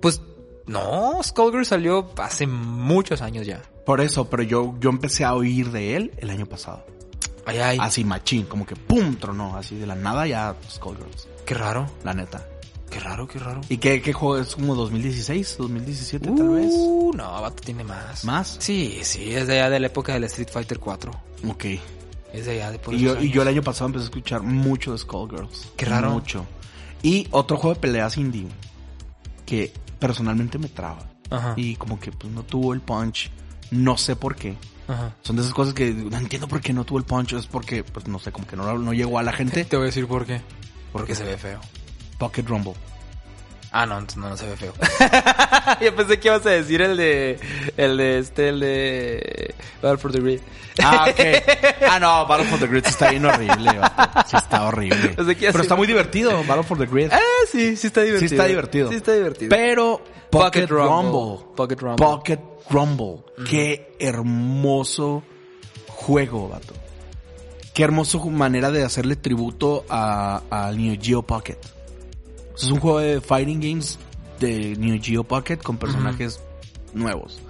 Pues no, Skullgirls salió hace muchos años ya.
Por eso, pero yo, yo empecé a oír de él el año pasado.
Ay, ay,
Así machín, como que pum, tronó, así de la nada ya Skullgirls,
qué raro,
la neta.
qué raro, qué raro.
¿Y qué, qué juego es como 2016, 2017 tal vez?
Uh, No, Vato tiene más.
¿Más?
Sí, sí, es de allá de la época del Street Fighter 4.
Ok.
Es de allá de por
Y yo,
esos
y yo el
años.
año pasado empecé a escuchar mucho de Skullgirls.
Qué raro.
Mucho. Y otro juego de peleas indie que personalmente me traba.
Ajá.
Y como que pues no tuvo el punch, no sé por qué.
Ajá.
Son de esas cosas que no entiendo por qué no tuvo el punch, es porque pues no sé, como que no, no llegó a la gente.
Te voy a decir por qué. Porque
Porque
se ve feo.
Pocket Rumble.
Ah, no, entonces no, no se ve feo. yo pensé que ibas a decir el de. El de este, el de. Battle for the Grid.
Ah, ok. Ah, no, Battle for the Grid sí está bien horrible. vato. Sí está horrible.
O sea, que ya
Pero
sí.
está muy divertido, Battle for the Grid.
Ah, sí, sí está divertido.
Sí está divertido.
Sí está divertido.
Pero Pocket,
Pocket Rumble.
Rumble,
Pocket Rumble.
Pocket Rumble. Qué hermoso juego, vato. Qué hermoso ju- manera de hacerle tributo a, al Neo Geo Pocket. Es un juego de fighting games de Neo Geo Pocket con personajes nuevos.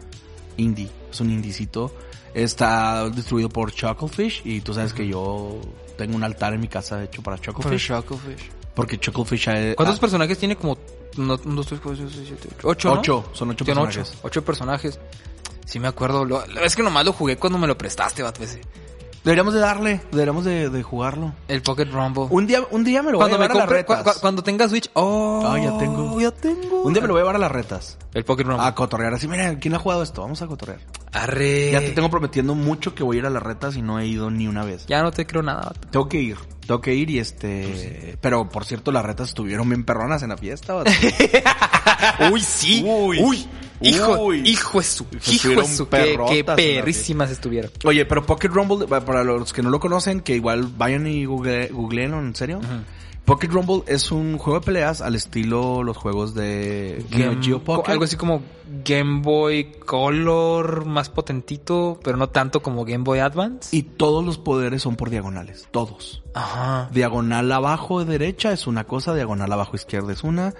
Indie. Es un indicito. Está distribuido por Chucklefish y tú sabes que yo tengo un altar en mi casa hecho para Chucklefish.
Shocklefish.
Porque Chucklefish... ha-
¿Cuántos personajes tiene? Como 1, 2, 3, 4, 5, 6, 7, 8. 8, ¿no?
Ocho, son ocho
Tiene
personajes.
Ocho, ocho personajes. Sí me acuerdo. Lo, la vez que nomás lo jugué cuando me lo prestaste, vato. ese.
Deberíamos de darle, deberíamos de, de jugarlo.
El Pocket Rumble.
Un día, un día me lo voy
cuando
a
me
llevar a las
compre,
retas.
cu- cu- cuando tenga Switch. Oh,
Ah, ya tengo.
Ya tengo.
Un día me lo voy Ah, a llevar a las retas.
El Pocket Rumble.
A cotorrear, así, mira, ¿quién ha jugado esto? Vamos a cotorrear.
Arre.
Ya te tengo prometiendo mucho que voy a ir a las retas y no he ido ni una vez.
Ya no te creo nada, vato.
Tengo que ir, tengo que ir y este... Pero, por cierto, las retas estuvieron bien perronas en la fiesta. vato.
Uy, sí. Uy.
Uy.
Hijo,
Uy.
hijo es su.
Se
Hijo es
estuvieron
su. Qué, qué
perrotas,
perrísimas estuvieron.
Oye, pero Pocket Rumble, pa- para los que no lo conocen, que igual vayan y google, googleenlo, ¿en serio? Pocket Rumble es un juego de peleas al estilo los juegos de Neo
Game-
Geo Pocket.
Mm, Algo así como Game Boy Color, más potentito, pero no tanto como Game Boy Advance.
Y todos los poderes son por diagonales, todos.
Ajá.
Diagonal abajo derecha es una cosa, diagonal abajo izquierda es una,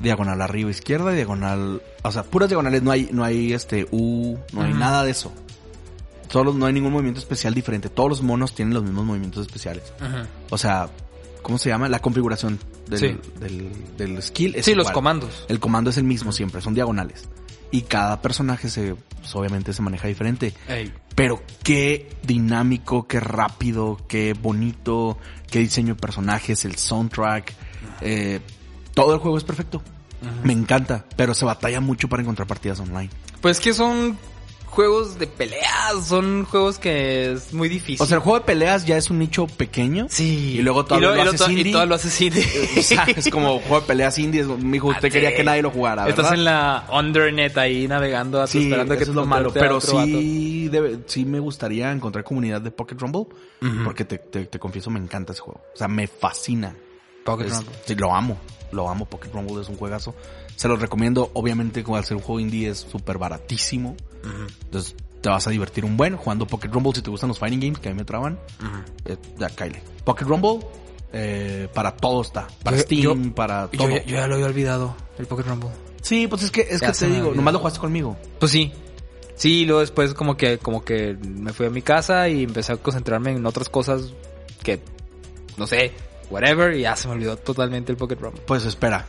diagonal arriba izquierda, diagonal, o sea, puras diagonales, no hay no hay este U, no hay
Ujú.
nada de eso. Solo no hay ningún movimiento especial diferente, todos los monos tienen los mismos movimientos especiales.
Ajá.
O sea, ¿cómo se llama? La configuración del,
Sí.
del, del skill es
Sí, los
igual.
comandos.
El comando es el mismo siempre, son diagonales. Y cada personaje se pues, obviamente se maneja diferente. Pero qué dinámico, qué rápido, qué bonito, qué diseño de personajes, el soundtrack. eh, todo el juego es perfecto. Me encanta, pero se batalla mucho para encontrar partidas online.
Pues que son juegos de peleas son juegos que es muy difícil.
O sea, el juego de peleas ya es un nicho pequeño.
sí.
Y luego todavía
luego-
lo
y
haces
luego to-
indie.
Y todo lo haces indie.
O sea, es como juego de peleas indies. Mi hijo, usted
Ah,
quería
sí.
que nadie lo jugara, ¿verdad?
Estás en la undernet ahí navegando, hasta
Sí,
esperando
eso
que
es lo
te
malo.
trate a
Pero
otro vato.
sí, debe- sí me gustaría encontrar comunidad de Pocket Rumble.
Ujú.
Porque te, te- te confieso, me encanta ese juego. O sea, me fascina.
Pocket
Es-
Rumble.
sí, lo amo. Lo amo. Pocket Rumble es un juegazo. Se los recomiendo. Obviamente, como al ser un juego indie es súper baratísimo. Entonces, te vas a divertir un buen jugando Pocket Rumble. Si te gustan los fighting games, que a mí me traban, eh, ya cáele. Pocket Rumble, eh, para todo está. Para
Yo-
Steam,
yo-
para
Yo,
todo.
ya- yo ya lo había olvidado, el Pocket Rumble.
sí, pues es que, es
Ya
que
se
te
me
digo,
olvidó.
nomás lo jugaste conmigo.
Pues sí. Sí, y luego después como que, como que me fui a mi casa y empecé a concentrarme en otras cosas que, no sé, whatever, y ya se me olvidó totalmente el Pocket Rumble.
Pues espera.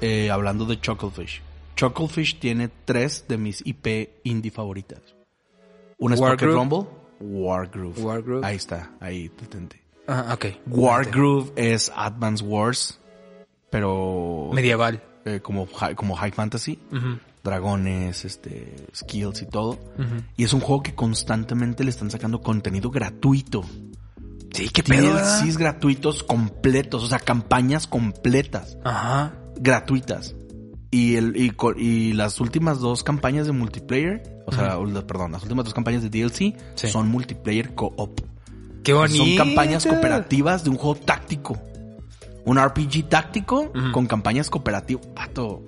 Eh, hablando de Chucklefish. Chucklefish tiene tres de mis IP indie favoritas. Una es
War
Pocket
Groove.
Rumble, Wargroove.
Wargroove.
Ahí está, ahí detente.
Ah, ok.
Wargroove es Advance Wars, pero
Medieval.
eh, como, hi- como High Fantasy.
Ujú,
Dragones, este, skills y todo.
ujú.
Y es un juego que constantemente le están sacando contenido gratuito.
Sí, qué pedo. ¿verdad?
DLCs gratuitos completos, o sea, campañas completas.
Ajá.
gratuitas. Y, el, y, co- y las últimas dos campañas de multiplayer, o sea, la- perdón, las últimas dos campañas de DLC
Sí.
son multiplayer co-op.
Qué bonito.
Son campañas cooperativas de un juego táctico. Un RPG táctico
Ujú.
con campañas cooperativas. Pato,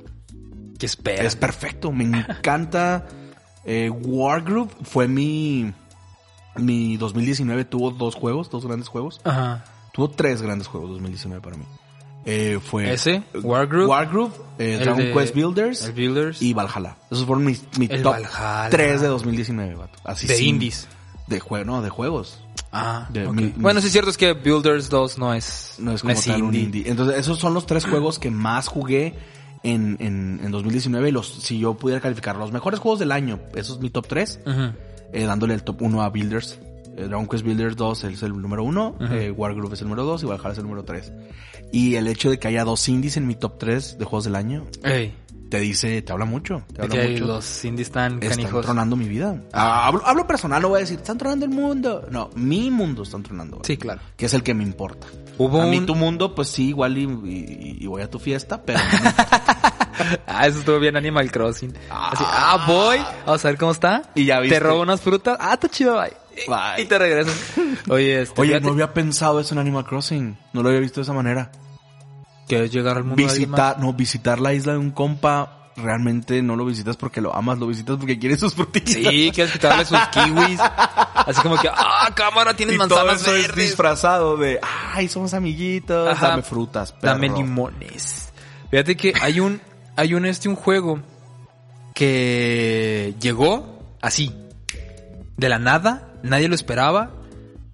Qué espera.
es perfecto, me encanta. Eh, Wargroup fue mi... Mi 2019 tuvo dos juegos, dos grandes juegos.
Ajá.
Tuvo tres grandes juegos 2019 para mí. Eh, fue...
Ese, Wargroove,
Wargroove, eh,
el
Dragon
de-
Quest Builders
el Builders,
y Valhalla. Esos fueron mis, mi
El
top
Valhalla.
3 de 2019, vato. Así
de
sin-
indies.
De juego, no, de juegos.
Ah,
De
ok.
mi-
Bueno, sí es cierto, es que Builders 2 no es,
No es como tal un indie. Entonces, esos son los tres juegos que más jugué en, en, en 2019. Y los, si yo pudiera calificar los mejores juegos del año, eso es mi top 3.
Ujú.
eh, dándole el top 1 a Builders. Eh, Dragon Quest Builders 2 es el número 1,
Ujú.
eh, Wargroove es el número 2 y Valhalla es el número 3. Y el hecho de que haya dos indies en mi top 3 de juegos del año,
Ey,
te dice, te habla mucho. Te
de
habla
que
mucho.
los indies están
Están
canijos.
tronando mi vida. Ah, hablo, hablo personal, no voy a decir, están tronando el mundo. No, mi mundo están tronando. güey.
Sí, claro.
Que es el que me importa.
Hubo
a mí
un-
tu mundo, pues sí, igual y, y- y voy a tu fiesta, pero... no me importa.
Ah, eso estuvo bien Animal Crossing.
Ah.
Así, ah, voy. Vamos a ver cómo está.
Y ya viste.
Te robo unas frutas. Ah, está chido, bye.
Bye.
Y te regresas. Oye, este,
Oye,
fíjate
no había pensado eso en Animal Crossing. No lo había visto de esa manera.
que es llegar al mundo de alguien más.
Visitar, no, visitar la isla de un compa, realmente no lo visitas porque lo amas, lo visitas porque quieres sus frutitas.
Sí, quieres quitarle sus kiwis. Así como que, ah, cámara, tienes
Y
manzanas
todo eso es
verdes.
disfrazado de, ay, somos amiguitos,
Ajá.
dame frutas, perro.
Dame limones. Fíjate que hay un, hay un este, un juego que llegó así, de la nada, nadie lo esperaba,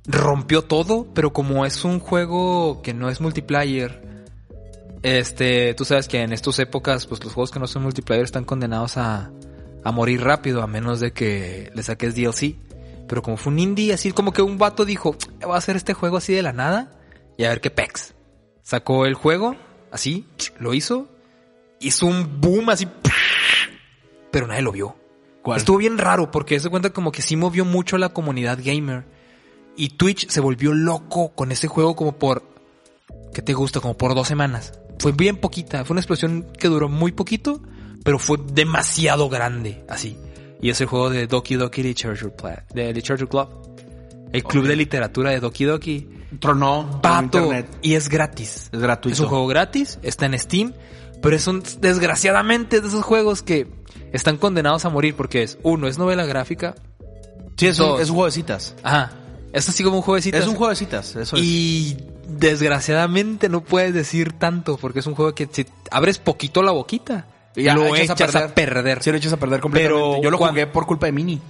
rompió todo, pero como es un juego que no es multiplayer, este, tú sabes que en estas épocas, pues los juegos que no son multiplayer están condenados a, a morir rápido, a menos de que le saques DLC. Pero como fue un indie, así como que un vato dijo, voy a hacer este juego así de la nada y a ver qué pex. Sacó el juego, así, lo hizo, hizo un boom así, pero nadie lo vio.
¿Cuál?
Estuvo bien raro porque se cuenta como que sí movió mucho a la comunidad gamer. Y Twitch se volvió loco con ese juego como por... ¿Qué te gusta? Como por dos semanas. Fue bien poquita. Fue una explosión que duró muy poquito, pero fue demasiado grande, así. Y es el juego de Doki Doki Literature, Pla- de Literature Club. El club de literatura de Doki Doki.
Tronó, tronó
Pato.
internet.
Y es gratis.
Es gratuito.
Es un juego gratis, está en Steam, pero es un, desgraciadamente de esos juegos que están condenados a morir porque es, uno, es novela gráfica.
Sí, es un,
Dos.
es un juego de citas.
Ajá. Es así como un juego de citas.
Es un juego de citas, eso es.
Y desgraciadamente no puedes decir tanto porque es un juego que si abres poquito la boquita,
Ya,
lo
echas
echas,
a
a perder.
Sí, lo echas a perder completamente.
Pero
Yo lo
cuan-
jugué por culpa de Mini.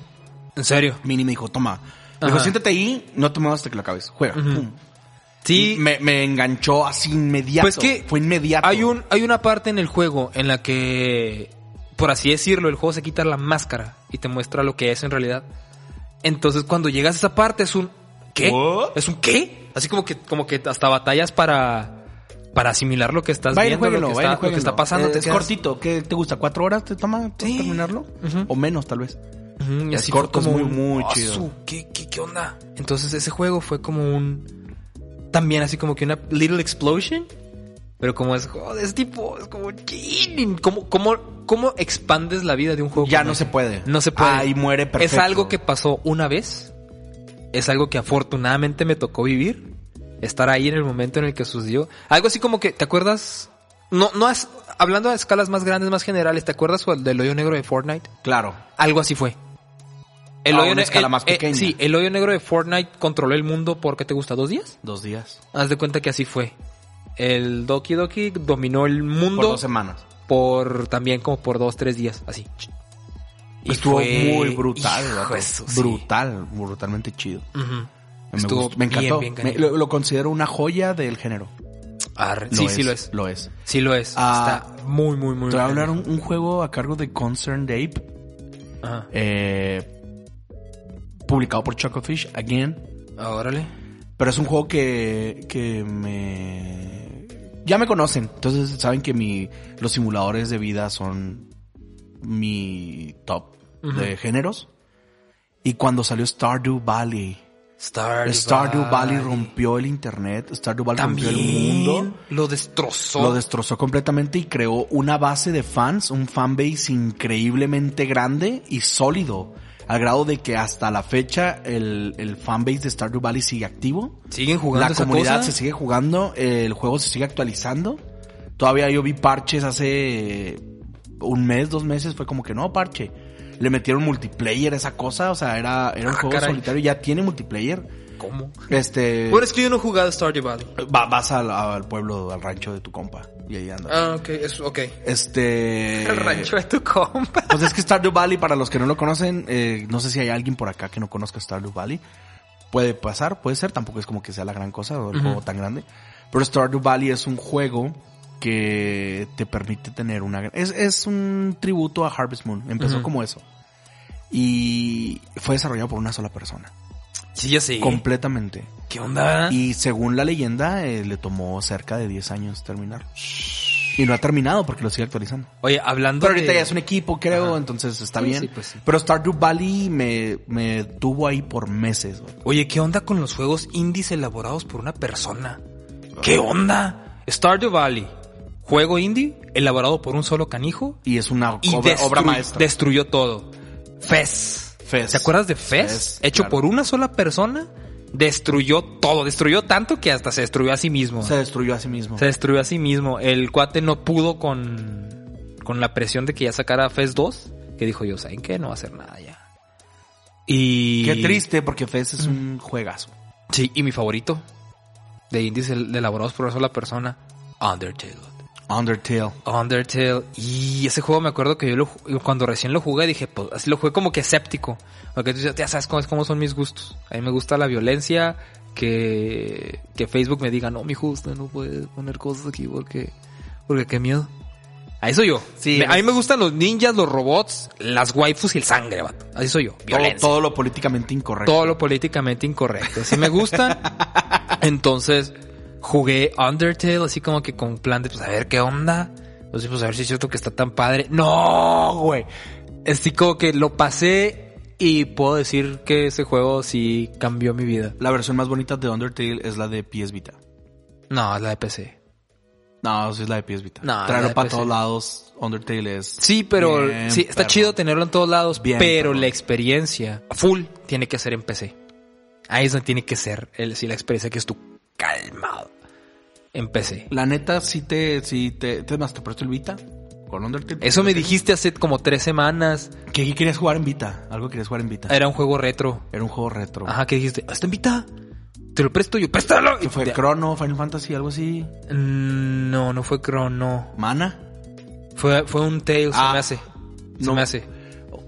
En serio.
Mini me dijo, toma. Me dijo,
Ajá.
siéntate ahí, no te muevas hasta que lo acabes. Juega.
Ujú.
Pum.
Sí.
Me, me enganchó así inmediato.
Pues que
Fue inmediato.
Hay, un, hay una parte en el juego en la que, por así decirlo, el juego se quita la máscara y te muestra lo que es en realidad. Entonces cuando llegas a esa parte es un ¿qué?
What?
Es un ¿qué? Así como que, como que hasta batallas para, para asimilar lo que estás
Vayan,
viendo,
jueguenlo,
lo, que
vayan,
está, lo que
jueguenlo.
está pasando.
Eh,
te
es
quedas-
cortito. ¿Qué te gusta? ¿Cuatro horas te toma
Sí.
terminarlo?
Ujú.
O menos, tal vez.
Ujú, y
Las
así fue
cortas muy,
un,
muy
"Ah,
chido".
su, ¿qué, qué, qué onda? Entonces ese juego fue como un... También así como que una Little Explosion. Pero como es juego de ese tipo, es como... "Chin", ¿Cómo, cómo, cómo expandes la vida de un juego?
Ya
como
no
ese?
se puede.
No se puede.
Ahí muere perfecto.
Es algo que pasó una vez. Es algo que afortunadamente me tocó vivir. Estar ahí en el momento en el que sucedió. Algo así como que, ¿te acuerdas? No, no es, hablando a escalas más grandes, más generales, ¿te acuerdas o el del hoyo negro de Fortnite?
Claro.
Algo así fue.
A
hoyo
una
ne-
escala
el-
más
eh,
pequeña.
sí, el hoyo negro de Fortnite controló el mundo por, ¿qué te gusta? ¿Dos días?
Dos días.
Haz de cuenta que así fue. El Doki Doki dominó el
Por
mundo
dos semanas.
por también como por dos, tres días, así.
Y estuvo
fue-
muy brutal,
Hijo,
vato.
eso sí.
brutal, brutalmente chido.
Ujú.
Me,
Estuvo
gustó, me
bien,
encantó.
bien
Me-
cañón.
lo, lo considero una joya del género.
Arre. sí, sí lo es.
Lo es.
Sí lo es.
Ah,
Está muy, muy, muy
Te voy a
bien.
hablar un, un juego a cargo de Concerned Ape,
Ajá.
eh, publicado por Chocofish, again.
Ah, Órale.
Pero es un juego que, que me... Ya me conocen, entonces saben que mi, los simuladores de vida son mi top de géneros. Y cuando salió Stardew Valley,
Stardew,
Stardew Valley rompió el internet, Stardew Valley
También
rompió el mundo.
Lo destrozó.
Lo destrozó completamente y creó una base de fans, un fanbase increíblemente grande y sólido. Al grado de que hasta la fecha el, el fanbase de Stardew Valley sigue activo.
Siguen jugando
la
esa
comunidad
cosa?
se sigue jugando, el juego se sigue actualizando. Todavía yo vi parches hace un mes, dos meses, fue como que no, parche. Le metieron multiplayer a esa cosa, o sea, era, era un
Ah,
juego
caray.
solitario, ya tiene multiplayer.
¿Cómo?
Este.
Bueno, es que yo no he jugado Stardew Valley.
va- vas al, al pueblo, al rancho de tu compa. Y ahí andas.
Ah, ok. Es, ok.
Este.
El rancho de tu compa.
Pues es que Stardew Valley, para los que no lo conocen, eh, no sé si hay alguien por acá que no conozca Stardew Valley. Puede pasar, puede ser, tampoco es como que sea la gran cosa o el
Ujú.
juego tan grande. Pero Stardew Valley es un juego que te permite tener una... gran- Es, es un tributo a Harvest Moon, empezó
Ujú.
como eso. Y fue desarrollado por una sola persona,
Sí, Ah. ya sé.
completamente.
¿Qué onda?
Y según la leyenda, eh, le tomó cerca de 10 años terminar. Y no ha terminado porque lo sigue actualizando.
Oye, hablando
Pero ahorita
de...
ya es un equipo, creo,
Ajá.
entonces está
Sí,
bien.
sí, pues sí.
Pero Stardew Valley me, me tuvo ahí por meses. güey.
Oye, ¿qué onda con los juegos indies elaborados por una persona?
Ah.
¿Qué onda? Stardew Valley, juego indie elaborado por un solo canijo
Y es una
y
obra,
destru-
obra maestra.
destruyó todo. Fez.
Fez.
¿Te acuerdas de Fez?
Fez,
Hecho
claro.
por una sola persona, destruyó todo. Destruyó tanto que hasta se destruyó a sí mismo.
Se destruyó a sí mismo.
Se destruyó a sí mismo. El cuate no pudo con, con la presión de que ya sacara Fez 2, que dijo yo, ¿saben qué? No va a hacer nada ya. Y...
Qué triste, porque Fez es un juegazo.
Sí, y mi favorito de indies el- elaborados por una sola persona, Undertale.
Undertale.
Undertale. Y ese juego me acuerdo que yo lo ju- cuando recién lo jugué dije, pues así lo jugué como que escéptico. Porque tú ya ya sabes cómo, es- cómo son mis gustos. A mí me gusta la violencia, que, que Facebook me diga, no, mi usted no puede poner cosas aquí porque, porque qué miedo. Ahí soy yo.
Sí,
Me- a mí
eres-
me gustan los ninjas, los robots, las waifus y el sangre, vato. Así soy yo.
Todo,
Violencia
todo lo políticamente incorrecto.
todo lo políticamente incorrecto. Si me gusta, entonces jugué Undertale así como que con plan de pues a ver qué onda. Entonces pues a ver si es cierto que está tan padre. No, güey. Así como que lo pasé y puedo decir que ese juego sí cambió mi vida.
La versión más bonita de Undertale es la de PS Vita.
No, es la de PC.
No, sí es la de PS Vita.
No, la
Traerlo
de
para
PC.
todos lados. Undertale es...
Sí, pero
Bien,
sí, está
perro.
chido tenerlo en todos lados,
Bien,
pero
perro.
la experiencia full tiene que ser en PC. Ahí es donde tiene que ser el, sí, la experiencia que es tu calmado en PC.
La neta, sí te... Sí te, te más, te presto el Vita con Undertale.
Eso me dijiste hace como tres semanas.
¿Qué, qué querías jugar en Vita? Algo querías jugar en Vita.
Era un juego retro.
Era un juego retro.
Er- Ajá, que dijiste, ¿está en Vita? Te lo presto yo, préstalo.
¿Qué fue?
De-
¿Crono? ¿Final Fantasy? ¿Algo así?
Mm, No, no fue Chrono.
¿Mana?
Fue, fue un Tales,
Ah,
se me hace. Se
no.
me hace.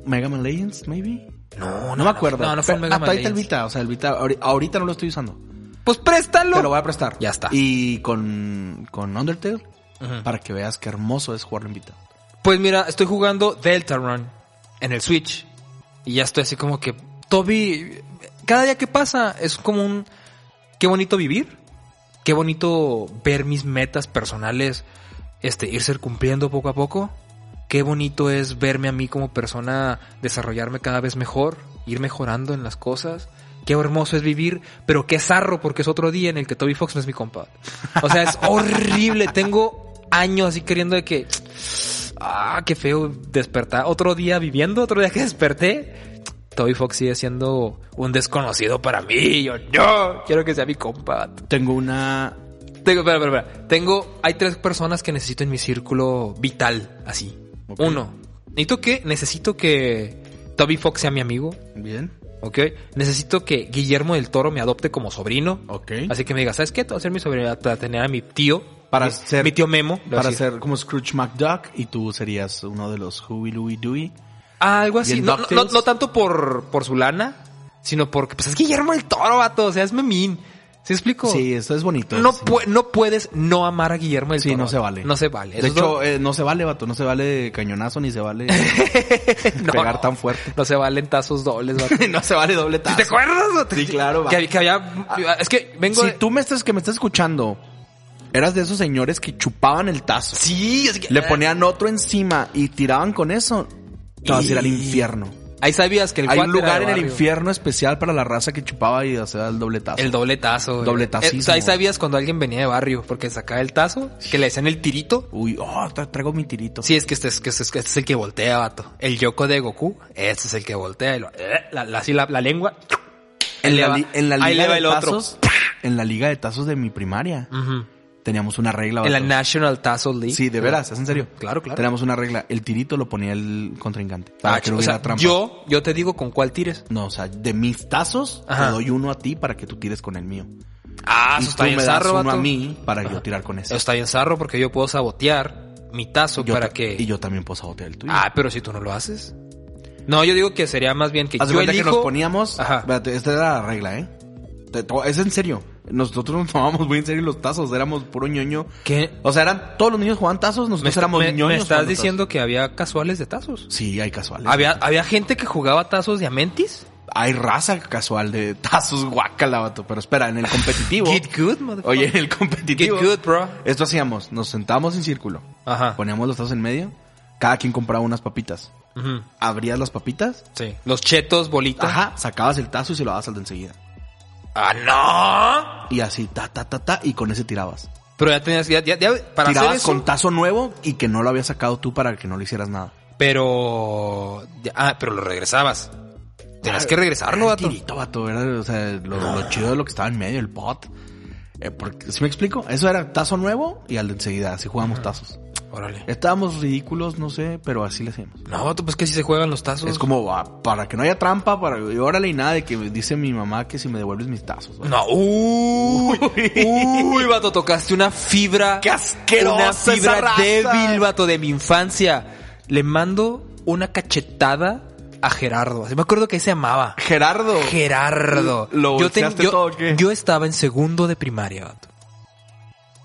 ¿Mega Man Legends, maybe?
No,
No me acuerdo.
No, no fue un
Pero-
Mega
ah,
Man.
ahí está el
Legends.
Vita. O sea, el Vita ahori- ahorita no lo estoy usando.
Pues préstalo.
Te lo voy a prestar.
Ya está. Mm.
Y con, con Undertale,
Ujú.
para que veas qué hermoso es jugarlo en Vita.
Pues mira, estoy jugando Deltarune en el Switch. Y ya estoy así como que, Toby, cada día que pasa es como un, qué bonito vivir. Qué bonito ver mis metas personales, este, irse cumpliendo poco a poco. qué bonito es verme a mí como persona desarrollarme cada vez mejor, ir mejorando en las cosas. Qué hermoso es vivir, pero qué zarro porque es otro día en el que Toby Fox no es mi compa. O sea, es horrible. Tengo años así queriendo de que ah, qué feo despertar. Otro día viviendo, otro día que desperté. Toby Fox sigue siendo un desconocido para mí. Yo no quiero que sea mi compa.
Tengo una.
Tengo, espera, espera, espera. Tengo, hay tres personas que necesito en mi círculo vital, así.
Ok.
Uno, necesito que, necesito que Toby Fox sea mi amigo,
Bien.
¿ok? Necesito que Guillermo del Toro me adopte como sobrino.
Ok.
Así que me diga, ¿sabes qué? Te voy a ser mi sobrino para tener a mi tío.
Para
mi,
ser-
mi tío Memo. le voy a
Para
decir.
ser como Scrooge McDuck y tú serías uno de los Huey, Louie, Dewey.
Ah, algo
¿Y
así.
en
No, no- no,
DuckTales?
no tanto por, por su lana, sino porque pues es Guillermo el Toro, vato. O sea, es memín. ¿Se explico?
Sí, esto es bonito.
No,
Sí.
pue- no puedes no amar a Guillermo el
Sí,
Toro.
no se vale.
No se vale.
De
Eso es
hecho,
lo-
eh, no se vale, vato. No se vale cañonazo ni se vale
No,
pegar
no.
tan fuerte.
no se valen tazos dobles, vato.
no se vale doble
¿Sí ¿Te
tazo.
acuerdas? vato?
Sí, claro, va.
Que, que había... Es que vengo
Si
de-
tú me estás, que me estás escuchando, eras de esos señores que chupaban el tazo.
Sí, eh. así que...
Le ponían otro encima y tiraban con eso. Te vas a ir al
Y-
infierno.
Ahí sabías que el
Hay un
cuate era
lugar
de
en el
barrio.
infierno especial para la raza que chupaba y hacía el doble tazo.
El doble tazo. güey.
Doble tacismo.
Eh, o sea, Ahí sabías cuando alguien venía de barrio porque sacaba el tazo, que le hacían el tirito
Uy, oh, tra- traigo mi tirito.
Sí, es que este es, que este es, que este es el que voltea, vato. El Yoko de Goku, este es el que voltea. y lo- eh, la, la- así la, la lengua.
en, la,
Ahí
li-
le va-
en la
ahí le
liga
va
de
el otro.
tazos, en la liga de tazos de mi primaria,
Ujú.
teníamos una regla.
En la
vato.
National Tazo League.
Sí, de veras, es en serio.
Claro, claro.
Teníamos una regla. El tirito lo ponía el contrincante. Para
Ah,
que no
o
hubiera
sea,
trampa.
yo, yo te digo con cuál tires.
No, o sea, de mis tazos
Ajá.
te doy uno a ti para que tú tires con el mío.
Ah,
y
eso
tú
está bien
me das
zarro,
uno a
vato.
mí para yo
Ajá.
tirar con ese.
Eso está bien zarro porque yo puedo sabotear mi tazo
Yo
para
ta-
que...
Y yo también puedo sabotear el tuyo.
Ah, pero si tú no lo haces. No, yo digo que sería más bien que
Haz de
yo
cuenta
elijo...
que nos poníamos.
Ajá.
espérate, esta era la regla, ¿eh? Te- to- Es en serio. Nosotros nos tomábamos muy en serio los tazos. Éramos puro ñoño.
¿Qué?
O sea, eran todos los niños jugaban tazos.
Me,
Nosotros
está-
éramos
me- me
ñoños.
estás
jugando
diciendo que había casuales de tazos.
tazos. Sí, hay casuales.
¿Había, había gente que jugaba tazos de Amentis.
Hay raza casual de tazos guacala, vato. Pero espera, en el competitivo.
Get good, motherfucker.
oye, en el
Get
competitivo.
good, bro.
Esto hacíamos. Nos sentábamos en círculo.
Ajá.
Poníamos los tazos en medio. Cada quien compraba unas papitas.
Ujú.
Abrías las papitas.
Sí. Los chetos, bolita.
Ajá. Sacabas el tazo y se lo dabas al de enseguida.
Ah, no.
Y así, ta, ta, ta, ta. Y con ese tirabas.
Pero ya tenías, ya, ya, ya- para hacer
tirabas
eso.
con tazo nuevo y que no lo habías sacado tú para que no le hicieras nada.
Pero, ya- ah, pero lo regresabas.
Ah,
Tenías que
Era
regresarlo,
el
vato. Ah.
tirito, vato, era, o sea, lo, lo chido de lo que estaba en medio, el pot. Eh, porque, ¿sí me explico? Eso era tazo nuevo y al de enseguida, así jugábamos
Ah.
tazos.
Órale.
Estábamos ridículos, no sé, pero así le hacíamos.
No, vato, pues que si se juegan los tazos.
Es como ah, para que no haya trampa, para y órale y nada de que dice mi mamá que si me devuelves mis tazos. vato.
No, uy, uy, vato, tocaste una fibra.
¡Qué asquerosa
Una
esa
fibra
raza!
débil, vato, de mi infancia. Le mando una cachetada a Gerardo. Así me acuerdo que ahí se llamaba.
Gerardo.
Gerardo.
¿Lo
yo, ten-
bolseaste
yo-
todo o qué?
yo estaba en segundo de primaria, vato.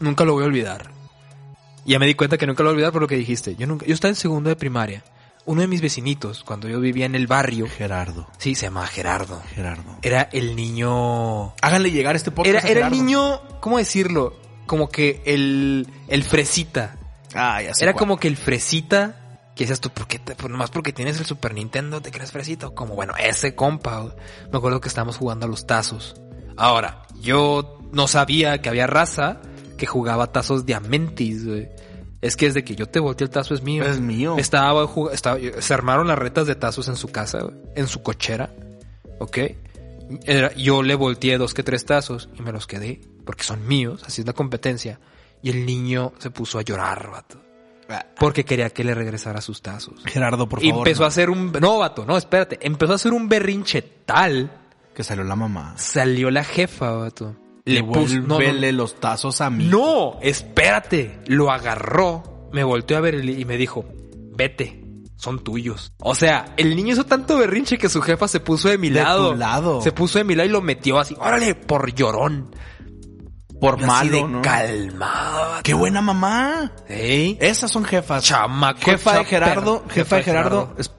Nunca lo voy a olvidar. Ya me di cuenta que nunca lo voy a olvidar por lo que dijiste. Yo nunca, yo estaba en segundo de primaria. Uno de mis vecinitos, cuando yo vivía en el barrio,
Gerardo.
sí, se llamaba Gerardo.
Gerardo.
Era el niño.
Eh, Háganle llegar este podcast.
Era,
a
era el
Gerardo.
niño, ¿cómo decirlo? Como que el, el fresita.
Ah, ya sé
Era
cuál.
como que el fresita. Que decías tú, ¿por qué te, pues nomás porque tienes el Super Nintendo te crees fresito? Como bueno, ese compa. güey. Me acuerdo que estábamos jugando a los tazos. Ahora, yo no sabía que había raza que jugaba tazos diamantis, güey. Es que desde que yo te volteé el tazo es mío.
Es mío.
Estaba, jug- estaba- se armaron las retas de tazos en su casa, güey, en su cochera. ¿Ok? Era- yo le volteé dos que tres tazos y me los quedé porque son míos, así es la competencia. Y el niño se puso a llorar, vato.
Ah,
Porque quería que le regresara sus tazos.
Gerardo, por
y
favor.
empezó
no.
a hacer un... No, vato, no, espérate. Empezó a hacer un berrinche tal.
Que salió la mamá.
Salió la jefa, vato. Le puso... No, no,
Devuélvele los tazos a mí.
no, espérate. Lo agarró, me volteó a ver y y me dijo, vete, son tuyos. O sea, el niño hizo tanto berrinche que su jefa se puso de mi
De
lado.
tu lado.
Se puso de mi lado y lo metió así, órale, por llorón.
Por
Yo así
malo,
de
¿no?
calmado.
¡Qué buena mamá!
¿Sí?
Esas son jefas.
Chamaco.
Jefa de
chaperro.
Gerardo, jefa de Gerardo. es-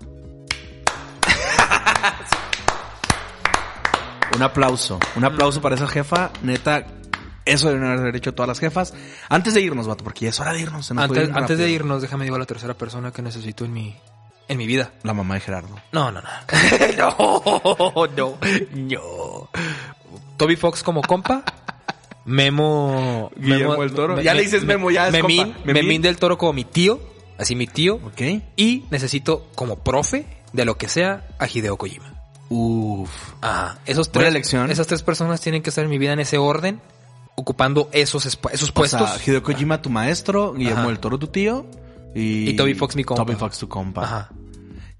Un aplauso, un aplauso para esa jefa, neta. Eso deben haber hecho todas las jefas. Antes de irnos, vato, porque ya es hora de irnos. se nos puede
Antes,
ir
antes
rápido.
de irnos, déjame ir a la tercera persona que necesito en mi, en mi vida.
La mamá de Gerardo.
No, no, no. no, no, no. Toby Fox como compa. Memo.
Guillermo
Memo-
del Toro.
me-
Ya le
me-
dices
me-
Memo, ya es
Memín,
compa. Memín.
Memín. del Toro como mi tío. Así mi tío.
¿Ok?
Y necesito como profe de lo que sea a Hideo Kojima.
Uf.
Ajá. Esos
Buena
tres,
elección.
Esas tres personas tienen que estar en mi vida en ese orden, ocupando esos, espa- esos
O
puestos.
sea, Hideo Kojima, tu maestro. Guillermo
Ajá.
del Toro, tu tío. Y,
Y Toby Fox, mi compa.
Toby Fox, tu compa.
Ajá.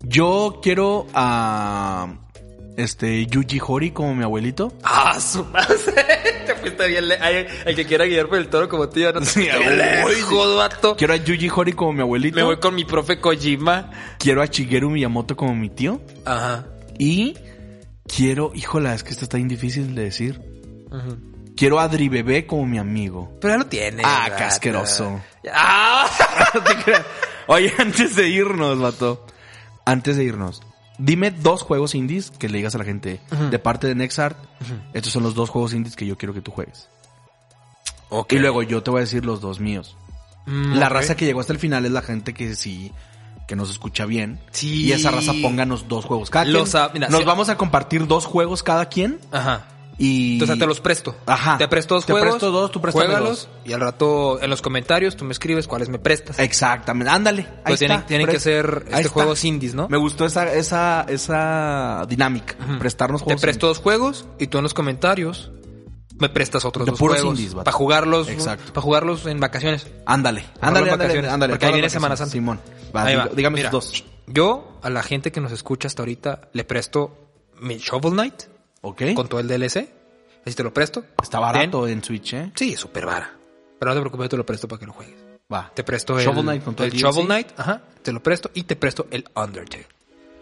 Yo quiero a. Este. Yuji Hori como mi abuelito.
Ah, su madre. Te fuiste bien le- Ay, El que quiera guiar por el toro como tío, no te
Sí,
fuiste bien
voy.
lejos, vato.
Quiero a Yuji Hori como mi abuelito.
Me voy con mi profe Kojima.
Quiero a Shigeru Miyamoto como mi tío.
Ajá.
Y quiero, híjola, es que esto está bien difícil de decir. Quiero a Adri Bebé como mi amigo.
Pero ya lo tiene.
Ah,
rata.
qué asqueroso.
Ah.
No te creas. Oye, antes de irnos, vato. Antes de irnos. Dime dos juegos indies que le digas a la gente
Ujú.
de parte de NextArt.
Ujú.
Estos son los dos juegos indies que yo quiero que tú juegues.
Ok.
Y luego yo te voy a decir los dos míos.
Mm,
La
ok.
raza que llegó hasta el final es la gente que sí, que nos escucha bien.
Sí.
Y esa raza pónganos dos juegos cada
Los
quien.
a- mira,
nos
sí.
vamos a compartir dos juegos cada quien.
Ajá.
Y...
Entonces te los presto.
Ajá.
Te presto dos
Te
juegos.
presto dos, tú préstame
juégalos,
dos.
Y al rato en los comentarios tú me escribes cuáles me prestas.
Exactamente. Ándale. Ahí
Pues tienen,
está.
tienen
Pre-
que ser
Ahí
este
está.
juegos indies, ¿no?
Me gustó esa, esa, esa dinámica.
Ujú.
Prestarnos
Te
juegos.
presto dos juegos y tú en los comentarios me prestas otros
De
dos
puros
juegos
indies, vato.
para jugarlos,
Exacto.
para jugarlos en vacaciones.
indies. Ándale.
Ahora
Ándale,
las
ándale,
vacaciones,
ándale.
porque ahí
Todas
viene
las
Semana
vacaciones.
Santa.
Simón. Va,
Ahí
diga-
va.
Dígame
Mira,
tus dos.
Yo a la gente que nos escucha hasta ahorita le presto mi Shovel Knight
Ok.
con todo el DLC. Así te lo presto.
Está barato en Switch, ¿eh?
Sí, súper vara. Pero no te preocupes, yo te lo presto para que lo juegues.
Va.
Te presto el
Shovel Knight con todo
el
el
Shovel
DLC.
Knight, ajá, te lo presto y te presto el Undertale.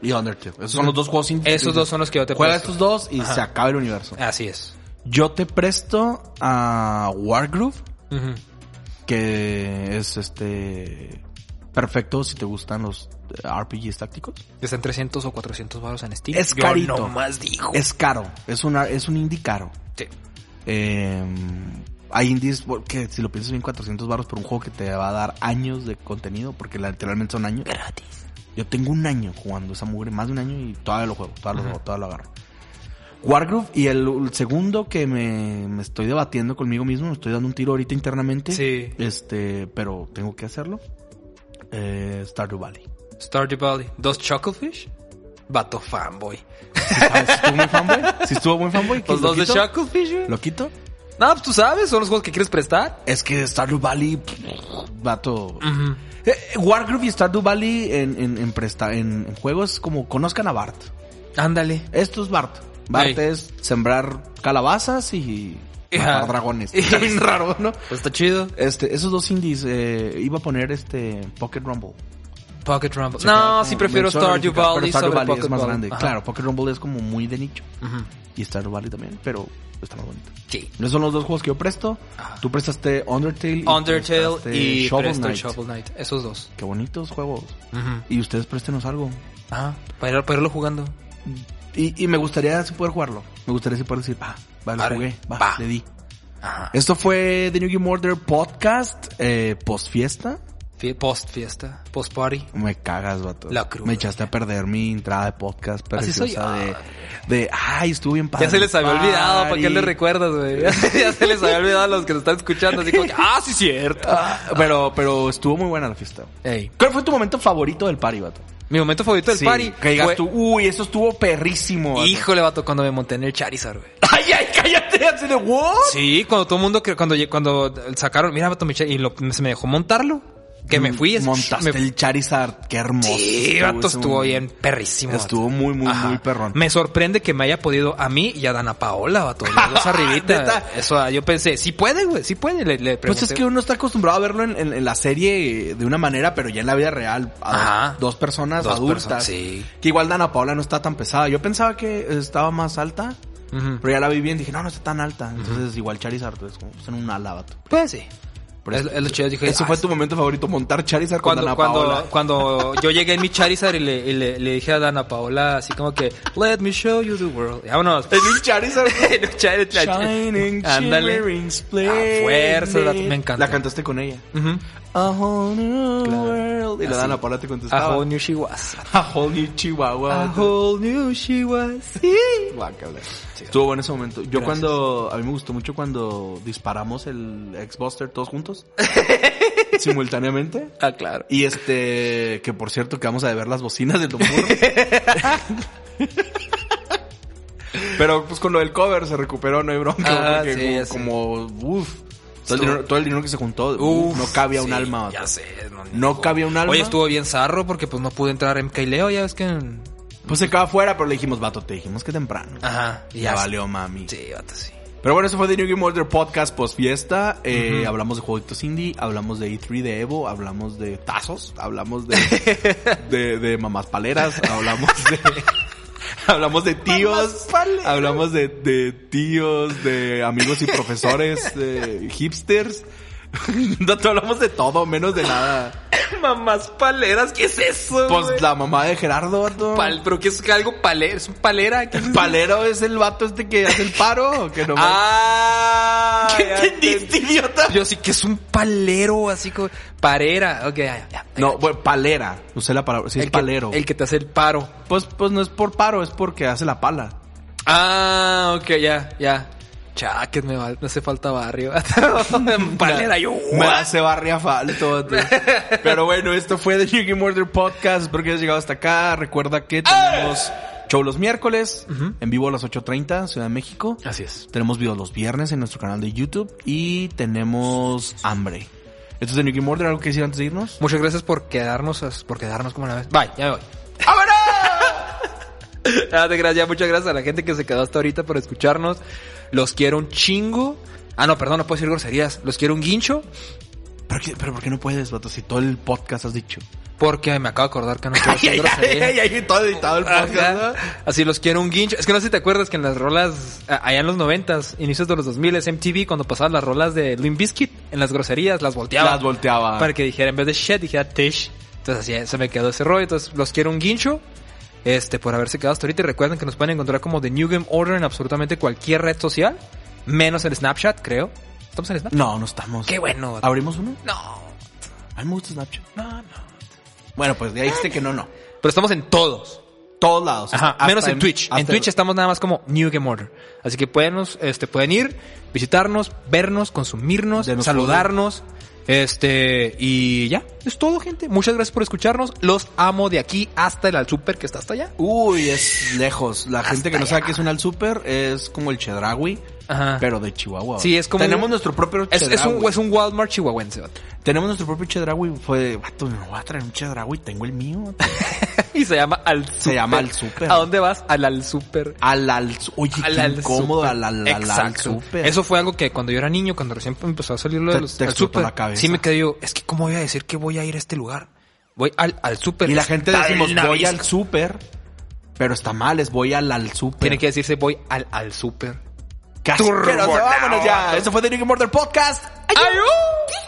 Y Undertale. Esos son los dos juegos indies.
Esos dos son los que yo te
Juega
presto.
estos dos y
Ajá.
se acaba el universo.
Así es.
Yo te presto a Wargroove,
Ujú.
que es este. Perfecto si te gustan los RPGs tácticos.
Están 300 o 400 baros en Steam.
Es
Yo
carito.
nomás dijo.
Es caro. Es, una, es un indie caro.
Sí.
Eh, hay indies que si lo piensas bien 400 baros por un juego que te va a dar años de contenido, porque literalmente son años.
Gratis.
Yo tengo un año jugando esa mugre, más de un año y todavía lo juego, todavía lo,
Ujú.
juego, todavía lo agarro. Wargroove y el, el segundo que me, me estoy debatiendo conmigo mismo, me estoy dando un tiro ahorita internamente.
Sí.
Este, pero tengo que hacerlo. Eh, Stardew Valley.
Stardew Valley. Dos Chucklefish. Vato fanboy.
¿Sabes? ¿Estuvo muy fanboy? ¿Sí estuvo muy fanboy?
Los
¿Lo
dos de
quito?
Chucklefish, güey.
¿Lo quito?
No, pues tú sabes, son los juegos que quieres prestar.
Es que Stardew Valley, pff, vato. Eh, eh, Wargroove y Stardew Valley en, en, en, presta- en, en juegos como conozcan a Bart.
Ándale.
Esto es Bart. Bart
Ey.
es sembrar calabazas y
Ajá.
matar dragones.
Ey.
Está bien raro, ¿no?
Pues está chido.
Este, esos dos indies, eh, iba a poner este Pocket Rumble.
Pocket Rumble.
Se queda
No,
como
sí prefiero
mención
Stardew
honorífica,
Valley
pero Stardew
sobre
Valley
Pocket
es más
Rumble.
grande.
Ajá.
Claro, Pocket Rumble es como muy de nicho.
Ujú.
Y Stardew Valley también, pero está más bonito.
Sí.
Esos son los dos juegos que yo presto.
Ajá.
Tú prestaste Undertale. y
Undertale
prestaste
y
Shovel
presto el
Knight.
Shovel Knight. Esos dos.
Qué bonitos juegos. Y ustedes préstenos algo.
Ajá. Ah, Para, ir- para irlo jugando.
Y, y me gustaría si poder jugarlo. Me gustaría si poder decir, va, va, lo
Arre,
jugué, va,
va.
le di.
Ajá.
Esto fue The New Game Order Podcast, eh, post fiesta.
Post fiesta. Post party.
Me cagas, vato.
La cruda.
Me echaste a perder mi entrada de podcast
Así soy
preciosa
yo.
de, de, ay, estuvo bien padre.
Ya se les había
el
olvidado, ¿para qué
party.
le recuerdas, güey? ya se les había olvidado a los que nos están escuchando, así como que, ah, sí, cierto.
Ah, pero, pero estuvo muy buena la fiesta.
Ey,
¿Cuál fue tu momento favorito del party, vato?
mi momento favorito del
Sí,
party.
Que digas
fue-
tú, uy, eso estuvo perrísimo. vato".
Híjole, vato, cuando me monté en el Charizard, güey.
Ay, ay, cállate, así de, what?
Sí, cuando todo el mundo, cre- cuando, lle- cuando sacaron, mira, vato, mi Char- y lo- se me dejó montarlo, que me fui. es-
Mm, Montaste
me-
el Charizard, qué hermoso.
Sí, vato,
ese
estuvo
momento.
bien perrísimo. vato.
Estuvo muy, muy,
Ajá.
muy perrón.
Me sorprende que me haya podido a mí y a Dana Paola, vato. Las dos arribita.
Neta.
Eso, ah, yo pensé, sí puede, güey, sí puede. Le, le
Pues es
pregunté.
que uno está acostumbrado a verlo en, en- en la serie de una manera, pero ya en la vida real, a
Ajá.
dos, dos personas
Dos
adultas.
personas, sí.
Que igual Dana Paola no está tan pesada. Yo pensaba que estaba más alta,
Ujú.
pero ya la vi bien. Dije, no, no está tan alta. Entonces, igual Charizard es como pues, en un pues, ala, vato.
Pues sí.
Por
Es-
eso-
es lo chido, dije,
Ese
ah,
fue tu momento favorito, montar Charizard
cuando,
con Ana Paola.
cuando, cuando yo llegué en mi Charizard y, le, y le, le dije a Dana Paola así como que, let me show you the world. Y vámonos.
En un Charizard.
En un Charizard. Ándale.
splendid.
A fuerza, la- me encanta.
La cantaste con ella.
Ujú.
A whole new
Claro.
world. Y la
Así.
Dana Paola te
A
contestaba.
whole new she was.
A whole new Chihuahua.
A whole new she was.
Guácala. Estuvo bueno ese momento. Yo
Gracias.
cuando... A mí me gustó mucho cuando disparamos el X-Buster todos juntos. simultáneamente.
Ah, claro.
Y este... Que por cierto, que vamos a ver las bocinas de Tomburro. Pero pues con lo del cover se recuperó, no hay bronca.
Ah,
porque
sí, ya sé.
como... como, Uf. Todo el,
Estuvo-
dinero, todo el dinero que se juntó, uf,
Uf,
no cabía un
sí,
alma.
Ya sé. No, ni
No
digo.
cabía un alma.
Oye, estuvo bien zarro porque pues no pude entrar en Leo ya ves que... en-
Pues se quedó afuera, pero le dijimos, vato, te dijimos que temprano.
Ajá. y
ya valió, mami.
Sí, vato, sí.
Pero bueno, eso fue The New Game Order Podcast post fiesta. Eh, Hablamos de jueguitos indie, hablamos de E3 de Evo, hablamos de tazos, hablamos de, de, de mamás paleras, hablamos de. Hablamos de tíos, hablamos de, de tíos, de amigos y profesores, de hipsters. No, te hablamos de todo, menos de nada.
Mamás paleras, ¿qué es eso?
Pues la mamá de Gerardo, vato.
Pal- pero que es algo palera, es un palera. ¿Qué es eso?
Palero es el vato este que hace el paro, que nomás...
Ah,
¿Qué
ya
entendiste, idiota?
Yo sí que es un palero, así como parera. Ok, ya, ya.
No, bueno, palera. Usé la palabra. Sí,
El
es
que-
palero.
el que te hace el paro.
Pues, pues no es por paro, es porque hace la pala.
Ah, ok, ya, ya. Chaques, me val- me hace falta barrio. palera, yo.
Me
what?
hace barria falto. tío. Pero bueno, esto fue The New Game Order Podcast. Espero que hayas llegado hasta acá. Recuerda que
¡Ah!
tenemos show los miércoles, en vivo a las 8.30, Ciudad de México.
Así es.
Tenemos videos los viernes en nuestro canal de YouTube. Y tenemos hambre. Esto es The New Game Order. ¿Algo que decir antes de irnos?
Muchas gracias por quedarnos, as- por quedarnos como la vez. Bye, ya me voy. Ah, de gracias, muchas gracias a la gente que se quedó hasta ahorita por escucharnos. Los quiero un chingo. Ah, no, perdón, no puedo decir groserías. Los quiero un guincho
¿Pero, qué- pero ¿por qué no puedes, vato? Si todo el podcast has dicho.
porque me acabo de acordar que no puedo decir groserías.
todo editado el
Ajá. Así los quiero un guincho. Es que no sé si te acuerdas que en las rolas, a- allá en los noventas, inicios de los 2000, MTV, cuando pasaban las rolas de Limp Bizkit, en las groserías, las volteaba.
Las volteaba.
Para que dijera, en vez de shit, dijera tish. Entonces así eh, se me quedó ese rollo. Entonces los quiero un guincho. Este, por haberse quedado hasta ahorita. Y recuerden que nos pueden encontrar como The New Game Order en absolutamente cualquier red social. Menos en Snapchat, creo. ¿Estamos en Snapchat?
No, no estamos.
Qué bueno.
¿Abrimos uno?
No,
A mí me gusta Snapchat.
no, no.
Bueno, pues ya dijiste que no, no.
Pero estamos en todos.
Todos lados.
Ajá,
Hasta-
menos
hasta
en Twitch. En
hasta-
Twitch estamos nada más como New Game Order. Así que pueden, este, pueden ir, visitarnos, vernos, consumirnos,
Denos
saludarnos. Este, y ya, es todo, gente. Muchas gracias por escucharnos. Los amo de aquí hasta el al super que está hasta allá.
Uy, es lejos. La gente que no sabe que es un al super es como el Chedragui,
Ajá.
pero de Chihuahua.
Ah. Sí, es como
Tenemos
un-
nuestro propio
es, es un,
Chedraui.
es un Walmart chihuahuense. vato.
Tenemos nuestro propio Chedragui. Fue de, vato, me voy a traer un Chedragui, tengo el mío.
Y se llama Al Super.
Se llama Al Super.
¿A dónde vas? Al Al Super.
al al. Oye,
Al
qué
Al
incómodo
Super.
al al al, al
Exacto.
super.
Eso fue algo que cuando yo era niño, cuando recién empezó a salir lo de
Te-
los
te
al
explotó
super,
la cabeza.
sí me quedé yo, es que cómo voy a decir que voy a ir a este lugar. Voy al, al super.
Y la gente
Está
decimos,
del
voy
nariz.
al super, pero está mal, es voy al al super.
Tiene que decirse voy al al super.
Casi.
Turbo
Pero
now.
vámonos ya. Esto fue The New Game Order Podcast.
¡Ayú!